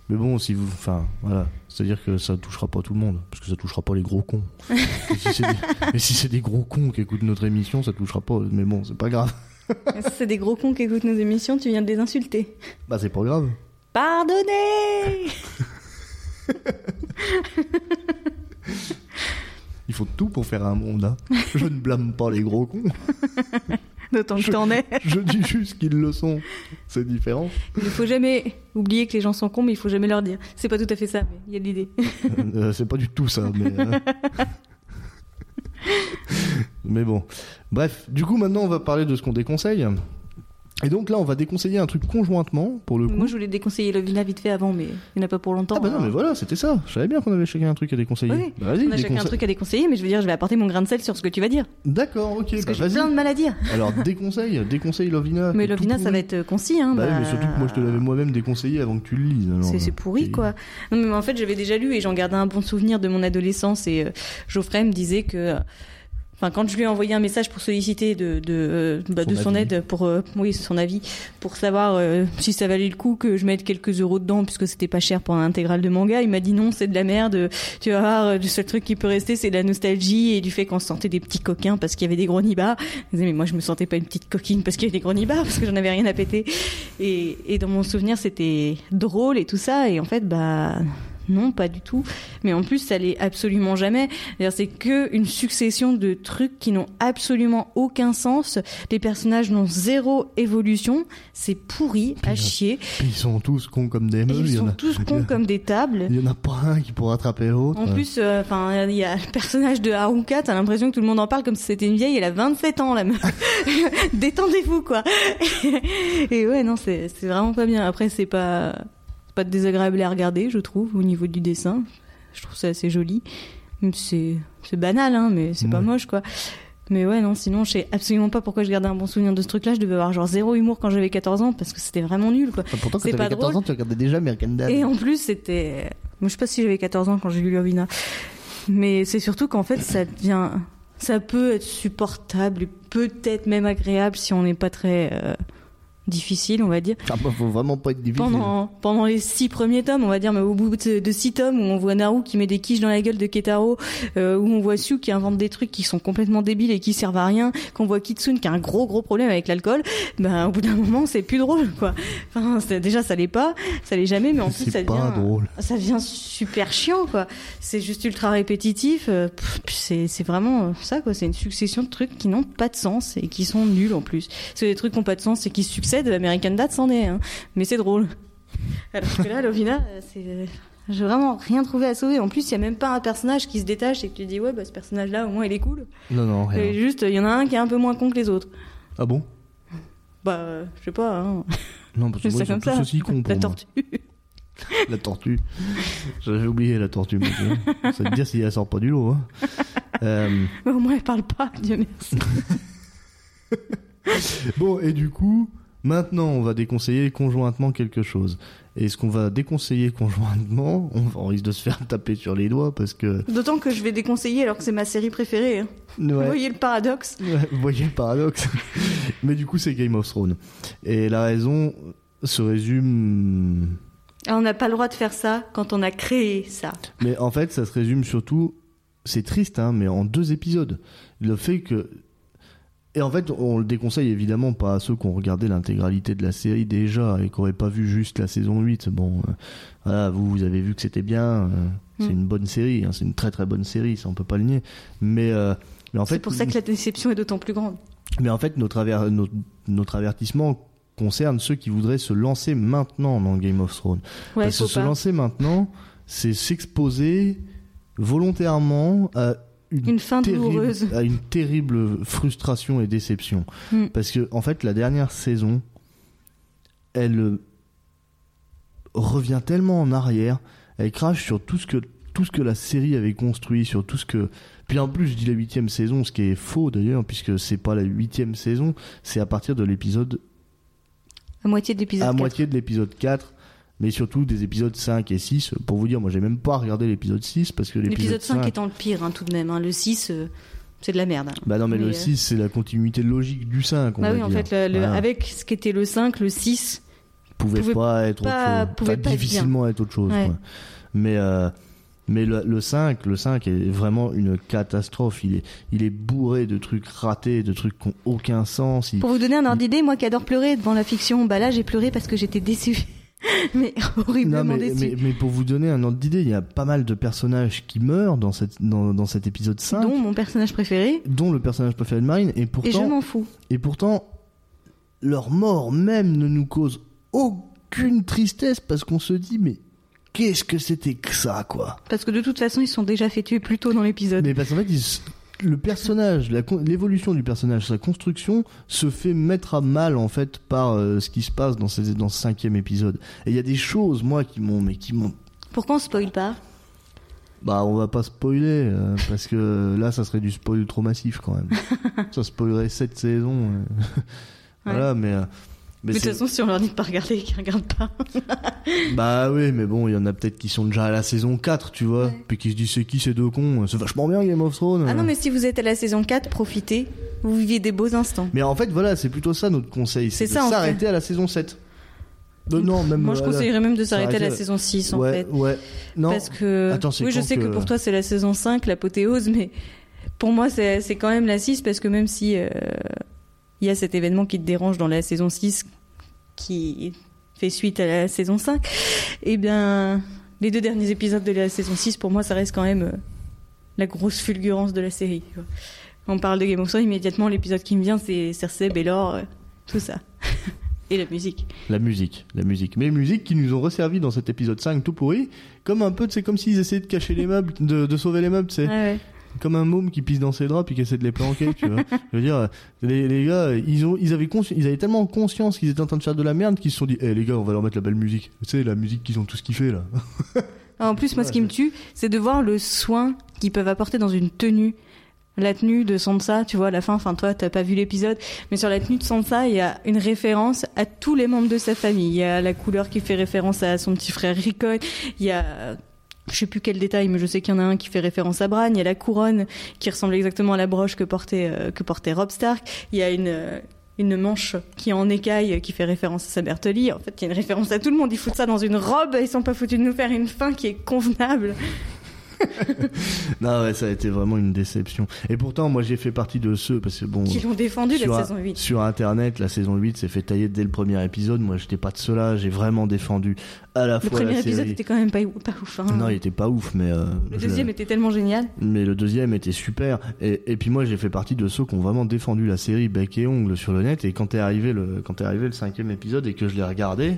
B: Mais bon, si vous. Enfin, voilà. C'est-à-dire que ça touchera pas tout le monde, parce que ça touchera pas les gros cons. et si c'est des, et si c'est des gros cons qui écoutent notre émission, ça touchera pas. Mais bon, c'est pas grave.
A: Si c'est des gros cons qui écoutent nos émissions, tu viens de les insulter.
B: Bah, c'est pas grave.
A: Pardonnez
B: Il faut tout pour faire un monde. hein. Je ne blâme pas les gros cons.
A: D'autant que
B: Je-
A: t'en es.
B: Je dis juste qu'ils le sont. C'est différent.
A: Il ne faut jamais oublier que les gens sont cons, mais il faut jamais leur dire. C'est pas tout à fait ça, mais il y a de l'idée.
B: Euh, c'est pas du tout ça, mais. euh. mais bon. Bref, du coup, maintenant, on va parler de ce qu'on déconseille. Et donc là, on va déconseiller un truc conjointement, pour le coup.
A: Moi, je voulais déconseiller Lovina vite fait avant, mais il n'y en a pas pour longtemps.
B: ah bah non,
A: alors.
B: mais voilà, c'était ça. Je savais bien qu'on avait chacun un truc à déconseiller.
A: Oui,
B: Bah, vas-y,
A: On a chacun un
B: déconseille.
A: truc à déconseiller, mais je veux dire, je vais apporter mon grain de sel sur ce que tu vas dire.
B: D'accord, ok,
A: Parce
B: bah
A: que j'ai
B: vas-y.
A: plein de mal à dire.
B: Alors déconseille, déconseille Lovina.
A: Mais
B: qui est tout
A: Lovina, ça
B: pourri.
A: va être concis. Hein,
B: Bah, oui,
A: bah.
B: mais surtout que moi, je te l'avais moi-même déconseillé avant que tu le lises. alors,
A: C'est- C'est
B: euh,
A: pourri,
B: et-
A: quoi. Non, mais en fait, j'avais déjà lu et j'en gardais un bon souvenir de mon adolescence. Et euh, Geoffrey me disait que enfin quand je lui ai envoyé un message pour solliciter de de, euh, bah,
B: Son
A: de son
B: avis.
A: aide pour euh, oui son avis pour savoir euh, si ça valait le coup que je mette quelques euros dedans puisque c'était pas cher pour un intégral de manga, il m'a dit non c'est de la merde. Tu vas voir euh, le seul truc qui peut rester c'est de la nostalgie et du fait qu'on se sentait des petits coquins parce qu'il y avait des gros nibards. Je disais, mais moi je me sentais pas une petite coquine parce qu'il y avait des gros nibards parce que j'en avais rien à péter. Et, et dans mon souvenir c'était drôle et tout ça et en fait bah non, pas du tout. Mais en plus, ça l'est absolument jamais. C'est-à-dire, C'est que une succession de trucs qui n'ont absolument aucun sens. Les personnages n'ont zéro évolution. C'est pourri, à
B: Puis,
A: chier.
B: Puis ils sont tous cons comme des
A: Et
B: meubles. il
A: ils
B: y en
A: sont
B: a-
A: tous cons comme des tables.
B: Il y en a pas un qui pourra attraper l'autre.
A: En plus, euh, enfin, il y a le personnage de Haruka, t'as l'impression que tout le monde en parle comme si c'était une vieille, elle a 27 ans, la meuf. Détendez-vous, quoi. Et ouais, non, c'est c'est vraiment pas bien. Après, c'est pas, c'est pas désagréable à regarder, je trouve, au niveau du dessin. Je trouve ça assez joli. C'est c'est banal, hein, mais c'est pas
B: Ouais.
A: moche, quoi. Mais ouais, non, sinon, je sais absolument pas pourquoi je gardais un bon souvenir de ce truc-là. Je devais avoir genre zéro humour quand j'avais 14 ans, parce que c'était vraiment nul, quoi.
C: Enfin, pourtant, quand
A: C'est
C: t'avais
A: pas
C: 14
A: drôle.
C: ans, tu regardais déjà American Dad.
A: Et en plus, c'était. Moi, je sais pas si j'avais 14 ans quand j'ai lu Lovina. Mais c'est surtout qu'en fait, ça devient. Ça peut être supportable, et peut-être même agréable si on n'est pas très euh, difficile, on va dire.
C: Enfin,
B: bah,
C: faut vraiment pas être difficile.
A: Pendant, pendant les six premiers tomes, on va dire, mais au bout de, de six tomes où on voit Naru qui met des quiches dans la gueule de Ketaro, euh, où on voit Su qui invente des trucs qui sont complètement débiles et qui servent à rien, qu'on voit Kitsune qui a un gros gros problème avec l'alcool, ben au bout d'un moment c'est plus drôle quoi. Enfin, c'est- déjà ça l'est pas, ça l'est jamais, mais en plus ça
B: c'est
A: devient
B: pas drôle.
A: ça devient super chiant quoi. C'est juste ultra répétitif. euh, pff, C'est c'est vraiment euh, ça quoi. C'est une succession de trucs qui n'ont pas de sens et qui sont nuls en plus. C'est des trucs qui n'ont pas de sens et qui succèdent. American Dad s'en est. hein. Mais c'est drôle. Alors que là, Lovina, euh, c'est euh, j'ai vraiment rien trouvé à sauver. En plus, il y a même pas un personnage qui se détache et que tu dis ouais bah ce personnage là au moins il est cool.
B: Non, non, rien.
A: Et juste il y en a un qui est un peu moins con que les autres.
B: Ah bon
A: Bah euh, je sais pas. Hein.
B: Non, parce que
A: C'est
B: moi, ils sont
A: comme
B: tous
A: ça.
B: aussi cons pour
A: La
B: moi.
A: tortue.
B: La tortue. J'avais oublié la tortue. mais je- Ça veut dire si elle sort pas du lot. hein. Euh,
A: Mais au moins elle parle pas. Dieu merci.
B: bon, et du coup, maintenant, on va déconseiller conjointement quelque chose. Et ce qu'on va déconseiller conjointement, on, on risque de se faire taper sur les doigts parce que.
A: D'autant que je vais déconseiller alors que c'est ma série préférée. hein. Vous
B: Ouais.
A: voyez le paradoxe
B: Ouais, Vous voyez le paradoxe. Mais du coup, c'est Game of Thrones. Et la raison se résume.
A: Ah, On n'a pas le droit de faire ça quand on a créé ça.
B: Mais en fait, ça se résume surtout. C'est triste, hein, mais en deux épisodes. Le fait que. Et en fait, on le déconseille évidemment pas à ceux qui ont regardé l'intégralité de la série déjà et qui n'auraient pas vu juste la saison 8. Bon, euh, voilà, vous, vous avez vu que c'était bien. euh, c'est
A: Mm.
B: une bonne série, hein, c'est une très très bonne série, ça on peut pas le nier. Mais, euh, mais en fait.
A: c'est pour ça que la déception est d'autant plus grande.
B: Mais en fait, notre, aver- notre, notre avertissement concerne ceux qui voudraient se lancer maintenant dans Game of Thrones.
A: Ouais,
B: Parce
A: faut
B: que Bah, se
A: pas.
B: lancer maintenant, c'est s'exposer volontairement à une,
A: Une fin
B: terrible,
A: douloureuse.
B: à une terrible frustration et déception.
A: Mm.
B: Parce que, en fait, la dernière saison, elle euh, revient tellement en arrière, elle crache sur tout ce que tout ce que la série avait construit, sur tout ce que... Puis en plus, je dis la huitième saison, ce qui est faux d'ailleurs, puisque c'est pas la huitième saison, c'est à partir de l'épisode
A: À moitié de l'épisode.
B: à
A: 4.
B: moitié de l'épisode 4, mais surtout des épisodes 5 et 6. Pour vous dire, moi j'ai même pas regardé l'épisode 6 parce que l'épisode
A: L'épisode 5,
B: 5.
A: étant le pire, hein, tout de même. hein. Le 6, euh, c'est de la merde. hein.
B: Bah non, mais, le
A: Mais, euh,
B: 6, c'est la continuité logique du 5. On
A: Bah
B: va
A: oui,
B: dire. Ah.
A: en fait, le- le-
B: Voilà.
A: avec ce qui était le 5, le 6,
B: pouvait,
A: pouvait
B: pas être
A: pas-
B: autre chose.
A: pouvait
B: Enfin,
A: pas être
B: difficilement être autre chose.
A: Ouais.
B: quoi. Mais, euh, mais le, le 5, le 5 est vraiment une catastrophe. Il est, il est bourré de trucs ratés, de trucs qui n'ont aucun sens. Il-
A: pour vous donner un ordre d'idée, moi qui adore pleurer devant la fiction, bah là j'ai pleuré parce que j'étais déçue. mais
B: Non,
A: horriblement
B: mais,
A: déçue.
B: mais, mais pour vous donner un ordre d'idée, il y a pas mal de personnages qui meurent dans, cette, dans, dans cet épisode 5,
A: Dont mon personnage préféré.
B: dont le personnage préféré de Marine, et pourtant,
A: Et je m'en fous.
B: Et pourtant, leur mort même ne nous cause aucune tristesse parce qu'on se dit mais qu'est-ce que c'était que ça quoi
A: Parce que de toute façon, ils se sont déjà fait tuer plus tôt dans l'épisode.
B: Mais parce qu'en fait, ils s- le personnage, la con- l'évolution du personnage, sa construction se fait mettre à mal en fait par euh, ce qui se passe dans, ces, dans ce cinquième épisode. Et il y a des choses moi qui m'ont mais qui m'ont
A: Pourquoi on spoil pas
B: bah on va pas spoiler euh, parce que là ça serait du spoil trop massif quand même. ça spoilerait cette saison. euh. voilà mais euh,
A: Mais de toute
B: c'est-
A: façon, si on leur dit de pas regarder, qu'ils regardent pas.
B: Bah oui, mais bon, il y en a peut-être qui sont déjà à la saison 4, tu vois. Puis qui se disent c'est qui ces deux cons C'est vachement bien Game of Thrones.
A: Ah non, mais si vous êtes à la saison 4, profitez. Vous vivez des beaux instants.
B: Mais en fait, voilà, c'est plutôt ça notre conseil. C'est
A: C'est
B: de
A: ça, en fait.
B: s'arrêter à la saison 7. Euh, non, même
A: Moi, je
B: à la-
A: conseillerais même de s'arrêter à la
B: s'arrêter à-
A: saison 6, en
B: ouais,
A: fait.
B: Ouais, non.
A: Parce que.
B: Attends, c'est
A: oui, je
B: quand
A: sais que,
B: que-
A: pour toi, c'est la saison 5, l'apothéose, mais pour moi, c'est c'est quand même la 6, parce que même si euh, il y a cet événement qui te dérange dans la saison 6, qui fait suite à la saison 5, eh bien, les deux derniers épisodes de la saison 6, pour moi, ça reste quand même euh, la grosse fulgurance de la série. quoi. On parle de Game of Thrones, immédiatement, l'épisode qui me vient, c'est Cersei, Bélor, euh, tout ça. Et la musique.
B: La musique, la musique. Mais musique qui nous ont resservi dans cet épisode 5 tout pourri. Comme un peu, c'est comme s'ils essayaient de cacher les meubles, de, de sauver les meubles, c'est
A: Ouais, ouais.
B: comme un môme qui pisse dans ses draps puis qui essaie de les planquer, tu vois. Je veux dire, euh, les, les gars, euh, ils, ont, ils, avaient consci- ils avaient tellement conscience qu'ils étaient en train de faire de la merde qu'ils se sont dit, eh les gars, on va leur mettre la belle musique. Tu sais, la musique qu'ils ont tous kiffé là.
A: Ah, En plus, moi, ce qui me tue, c'est de voir le soin qu'ils peuvent apporter dans une tenue. La tenue de Sansa, tu vois, à la fin, enfin, toi, t'as pas vu l'épisode, mais sur la tenue de Sansa, il y a une référence à tous les membres de sa famille. Il y a la couleur qui fait référence à son petit frère Rickon, il y a, euh, je sais plus quel détail, mais je sais qu'il y en a un qui fait référence à Bran, il y a la couronne qui ressemble exactement à la broche que portait, euh, que portait Rob Stark, il y a une, euh, une manche qui est en écaille euh, qui fait référence à sa Bertoli. En fait, il y a une référence à tout le monde. Ils foutent ça dans une robe. Ils sont pas foutus de nous faire une fin qui est convenable.
B: Non, ouais, ça a été vraiment une déception. Et pourtant, moi, j'ai fait partie de ceux, parce que bon.
A: Qui l'ont défendu
B: sur,
A: la saison 8.
B: sur internet, la saison 8 s'est fait tailler dès le premier épisode. Moi, j'étais pas de ceux-là. J'ai vraiment défendu à la
A: Le
B: fois
A: premier
B: la
A: épisode
B: série.
A: était quand même pas, pas ouf. hein.
B: Non, il était pas ouf, mais euh,
A: le
B: je-
A: deuxième était tellement génial.
B: mais le deuxième était super. Et, et puis moi, j'ai fait partie de ceux qui ont vraiment défendu la série bec et ongle sur le net. Et quand est arrivé le quand est arrivé le cinquième épisode et que je l'ai regardé,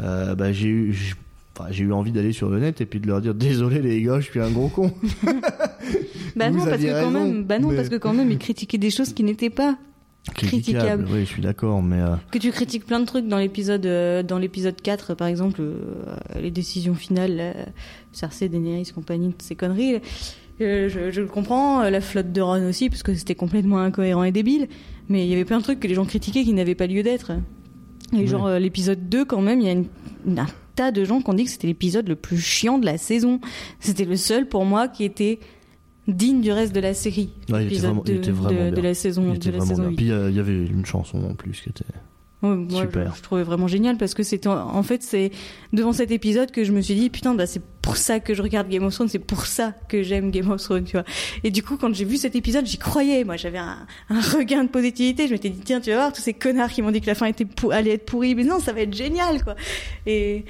B: euh, bah, j'ai eu j'ai enfin, j'ai eu envie d'aller sur le net et puis de leur dire désolé les gars, je suis un gros con.
A: Bah
B: Vous
A: non, parce
B: aviez
A: que quand
B: raison,
A: même, bah non,
B: mais-
A: parce que quand même, il critiquait des choses qui n'étaient pas. Critiquable.
B: Oui, je suis d'accord, mais euh,
A: Que tu critiques plein de trucs dans l'épisode, euh, dans l'épisode 4, par exemple, euh, les décisions finales, euh, Cersei, Daenerys, compagnie, toutes ces conneries. Euh, je, je le comprends, euh, la flotte de Ron aussi, parce que c'était complètement incohérent et débile. Mais il y avait plein de trucs que les gens critiquaient qui n'avaient pas lieu d'être. Et
B: Ouais.
A: genre euh, l'épisode 2 quand même, il y a une- une- un tas de gens qui ont dit que c'était l'épisode le plus chiant de la saison. C'était le seul pour moi qui était digne du reste de la série.
B: Ouais, il était
A: L'épisode
B: vraiment- il
A: de-
B: était vraiment
A: de-
B: bien.
A: de la
B: il
A: saison,
B: était
A: de la
B: vraiment
A: saison
B: bien.
A: 8.
B: Puis euh, il y avait une chanson en plus qui était.
A: Ouais, moi,
B: Super.
A: Je, je trouvais vraiment génial parce que c'était en fait c'est devant cet épisode que je me suis dit putain bah c'est pour ça que je regarde Game of Thrones, c'est pour ça que j'aime Game of Thrones, tu vois. Et du coup quand j'ai vu cet épisode, j'y croyais, moi j'avais un, un regain de positivité, je m'étais dit tiens tu vas voir tous ces connards qui m'ont dit que la fin était pou- allait être pourrie, mais non ça va être génial quoi. Et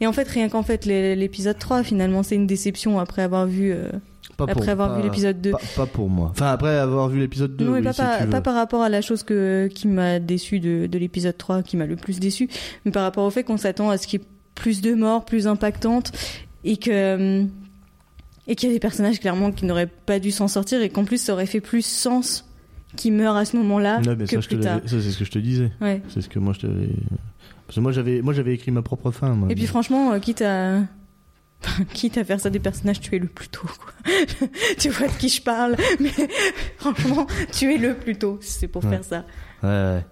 A: et en fait rien qu'en fait l'é- l'épisode 3 finalement c'est une déception après avoir vu euh,
B: Pas
A: Après avoir vu
B: pas-
A: l'épisode deux.
B: Pas, pas pour moi. Enfin, après avoir vu l'épisode 2.
A: non, mais
B: oui,
A: pas,
B: si
A: par,
B: tu veux.
A: pas par rapport à la chose que, qui m'a déçu de, de l'épisode 3, qui m'a le plus déçu, mais par rapport au fait qu'on s'attend à ce qu'il y ait plus de morts, plus impactantes, et que. hum, Et qu'il y a des personnages clairement qui n'auraient pas dû s'en sortir, et qu'en plus ça aurait fait plus sens qu'ils meurent à ce moment-là
B: Ouais, mais
A: que
B: ça, je te
A: plus tard.
B: l'avais- ça, c'est ce que je te disais.
A: Ouais.
B: C'est ce que moi je t'avais. Parce que moi j'avais, moi j'avais écrit ma propre fin. moi.
A: Et puis franchement, euh, quitte à. Quitte à faire ça des personnages, tuez-le plus tôt. Quoi. tu vois de qui je parle, mais franchement, tuez-le plus tôt si c'est pour
B: Ouais.
A: faire ça.
B: Ouais, ouais.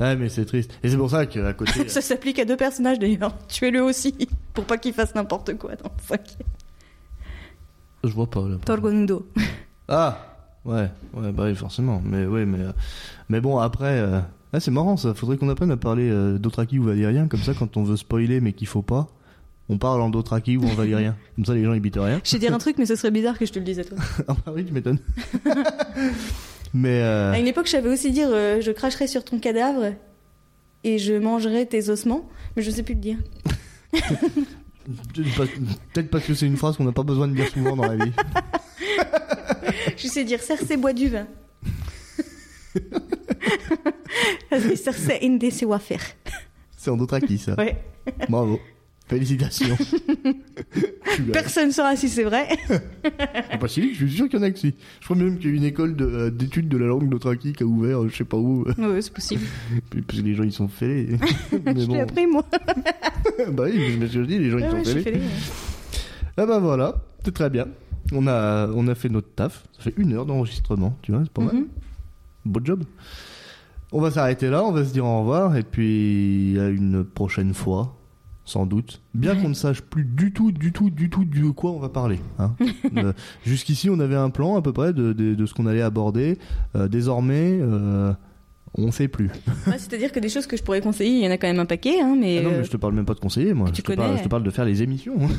B: Ouais, mais c'est triste. Et c'est pour ça que à côté.
A: Ça s'applique à deux personnages d'ailleurs. Tuez-le aussi, pour pas qu'il fasse n'importe quoi dans le cinquième.
B: euh, je vois pas là.
A: Torgondo.
B: Ah. Ouais. Ouais, bah oui, forcément. Mais ouais, mais euh, mais bon après. euh, ah, c'est marrant ça. Faudrait qu'on apprenne à parler euh, Dothraki ou valyrien comme ça quand on veut spoiler mais qu'il faut pas. On parle en Dothraki ou en valyrien. Comme ça les gens ils bitent rien.
A: Je vais dire un truc, mais ce serait bizarre que je te le dise à toi.
B: ah bah oui, tu m'étonnes. mais euh,
A: À une époque, je savais aussi dire euh, je cracherai sur ton cadavre et je mangerai tes ossements, mais je sais plus le dire.
B: peut-être pas- peut-être parce que c'est une phrase qu'on n'a pas besoin de dire souvent dans la vie.
A: Je sais dire Cersei bois du vin. Parce que Cersei inde se wafer.
B: C'est en Dothraki ça.
A: Ouais.
B: Bravo. Félicitations. Tu as-
A: Personne ne saura si c'est vrai.
B: Ah bah si, je suis sûr qu'il y en a que si. Je crois même qu'il y a une école de, euh, d'études de la langue Dothraki qui a ouvert, euh, je sais pas où, euh,
A: Oui, c'est possible.
B: puis- parce que les gens ils sont fêlés. Mais
A: Je l'ai
B: bon,
A: appris, moi.
B: bah oui, mais je me suis dit, les gens ils
A: Ouais,
B: sont
A: ouais, je suis
B: fêlés.
A: fêlée, ouais.
B: Ah bah voilà, c'est très bien. On a, Mm. on a fait notre taf, ça fait une heure d'enregistrement, tu vois, c'est pas mal.
A: Mhm.
B: Beau job. On va s'arrêter là, on va se dire au revoir et puis à une prochaine fois, sans doute. Bien qu'on ne sache plus du tout, du tout, du tout de quoi on va parler. hein. Euh, Jusqu'ici, on avait un plan à peu près de, de- de ce qu'on allait aborder. Euh, désormais, euh, on sait plus.
A: Ouais, C'est-à-dire que des choses que je pourrais conseiller, il y en a quand même un paquet, hein, mais.
B: Ah non,
A: euh,
B: mais je te parle même pas de conseiller, moi.
A: que
B: Je
A: tu
B: te, parle,
A: connais.
B: je te parle de faire les émissions. hein.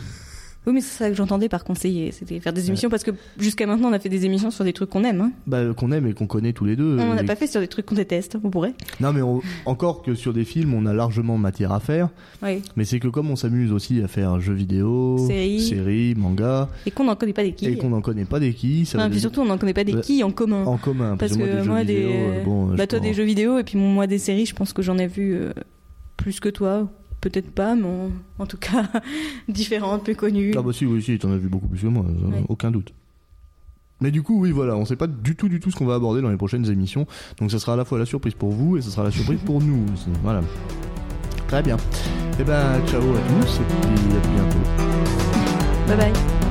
A: Oui, mais c'est ça que j'entendais par conseiller, c'était faire des émissions, parce que jusqu'à maintenant, on a fait des émissions sur des trucs qu'on aime. hein.
B: Bah, qu'on aime et qu'on connaît tous les deux.
A: on n'a
B: Et-
A: pas fait sur des trucs qu'on déteste, on pourrait.
B: Non, mais on- encore que sur des films, on a largement matière à faire.
A: Oui.
B: Mais c'est que comme on s'amuse aussi à faire jeux vidéo,
A: Séries.
B: séries, mangas,
A: Et qu'on n'en connaît pas des
B: et
A: quilles.
B: qu'on n'en connaît pas des qui, ça
A: Enfin,
B: va
A: puis
B: des-
A: surtout, on n'en connaît pas des
B: Bah,
A: quilles en commun.
B: en commun.
A: Parce
B: moi,
A: que
B: des
A: moi,
B: jeux
A: des.
B: vidéo, euh, bon, euh,
A: bah,
B: je
A: toi, des
B: prends-
A: jeux vidéo, et puis moi, des séries, je pense que j'en ai vu euh, plus que toi. Peut-être pas, mais en- en tout cas, différentes, peu connues.
B: Ah bah si, oui, si, t'en as vu beaucoup plus que moi, euh,
A: Ouais.
B: aucun doute. Mais du coup, oui, voilà, on sait pas du tout, du tout ce qu'on va aborder dans les prochaines émissions. Donc ça sera à la fois la surprise pour vous et ça sera la surprise pour nous. aussi. Voilà. Eh Très bien. Et ben, ciao à tous et puis à bientôt.
A: Bye bye.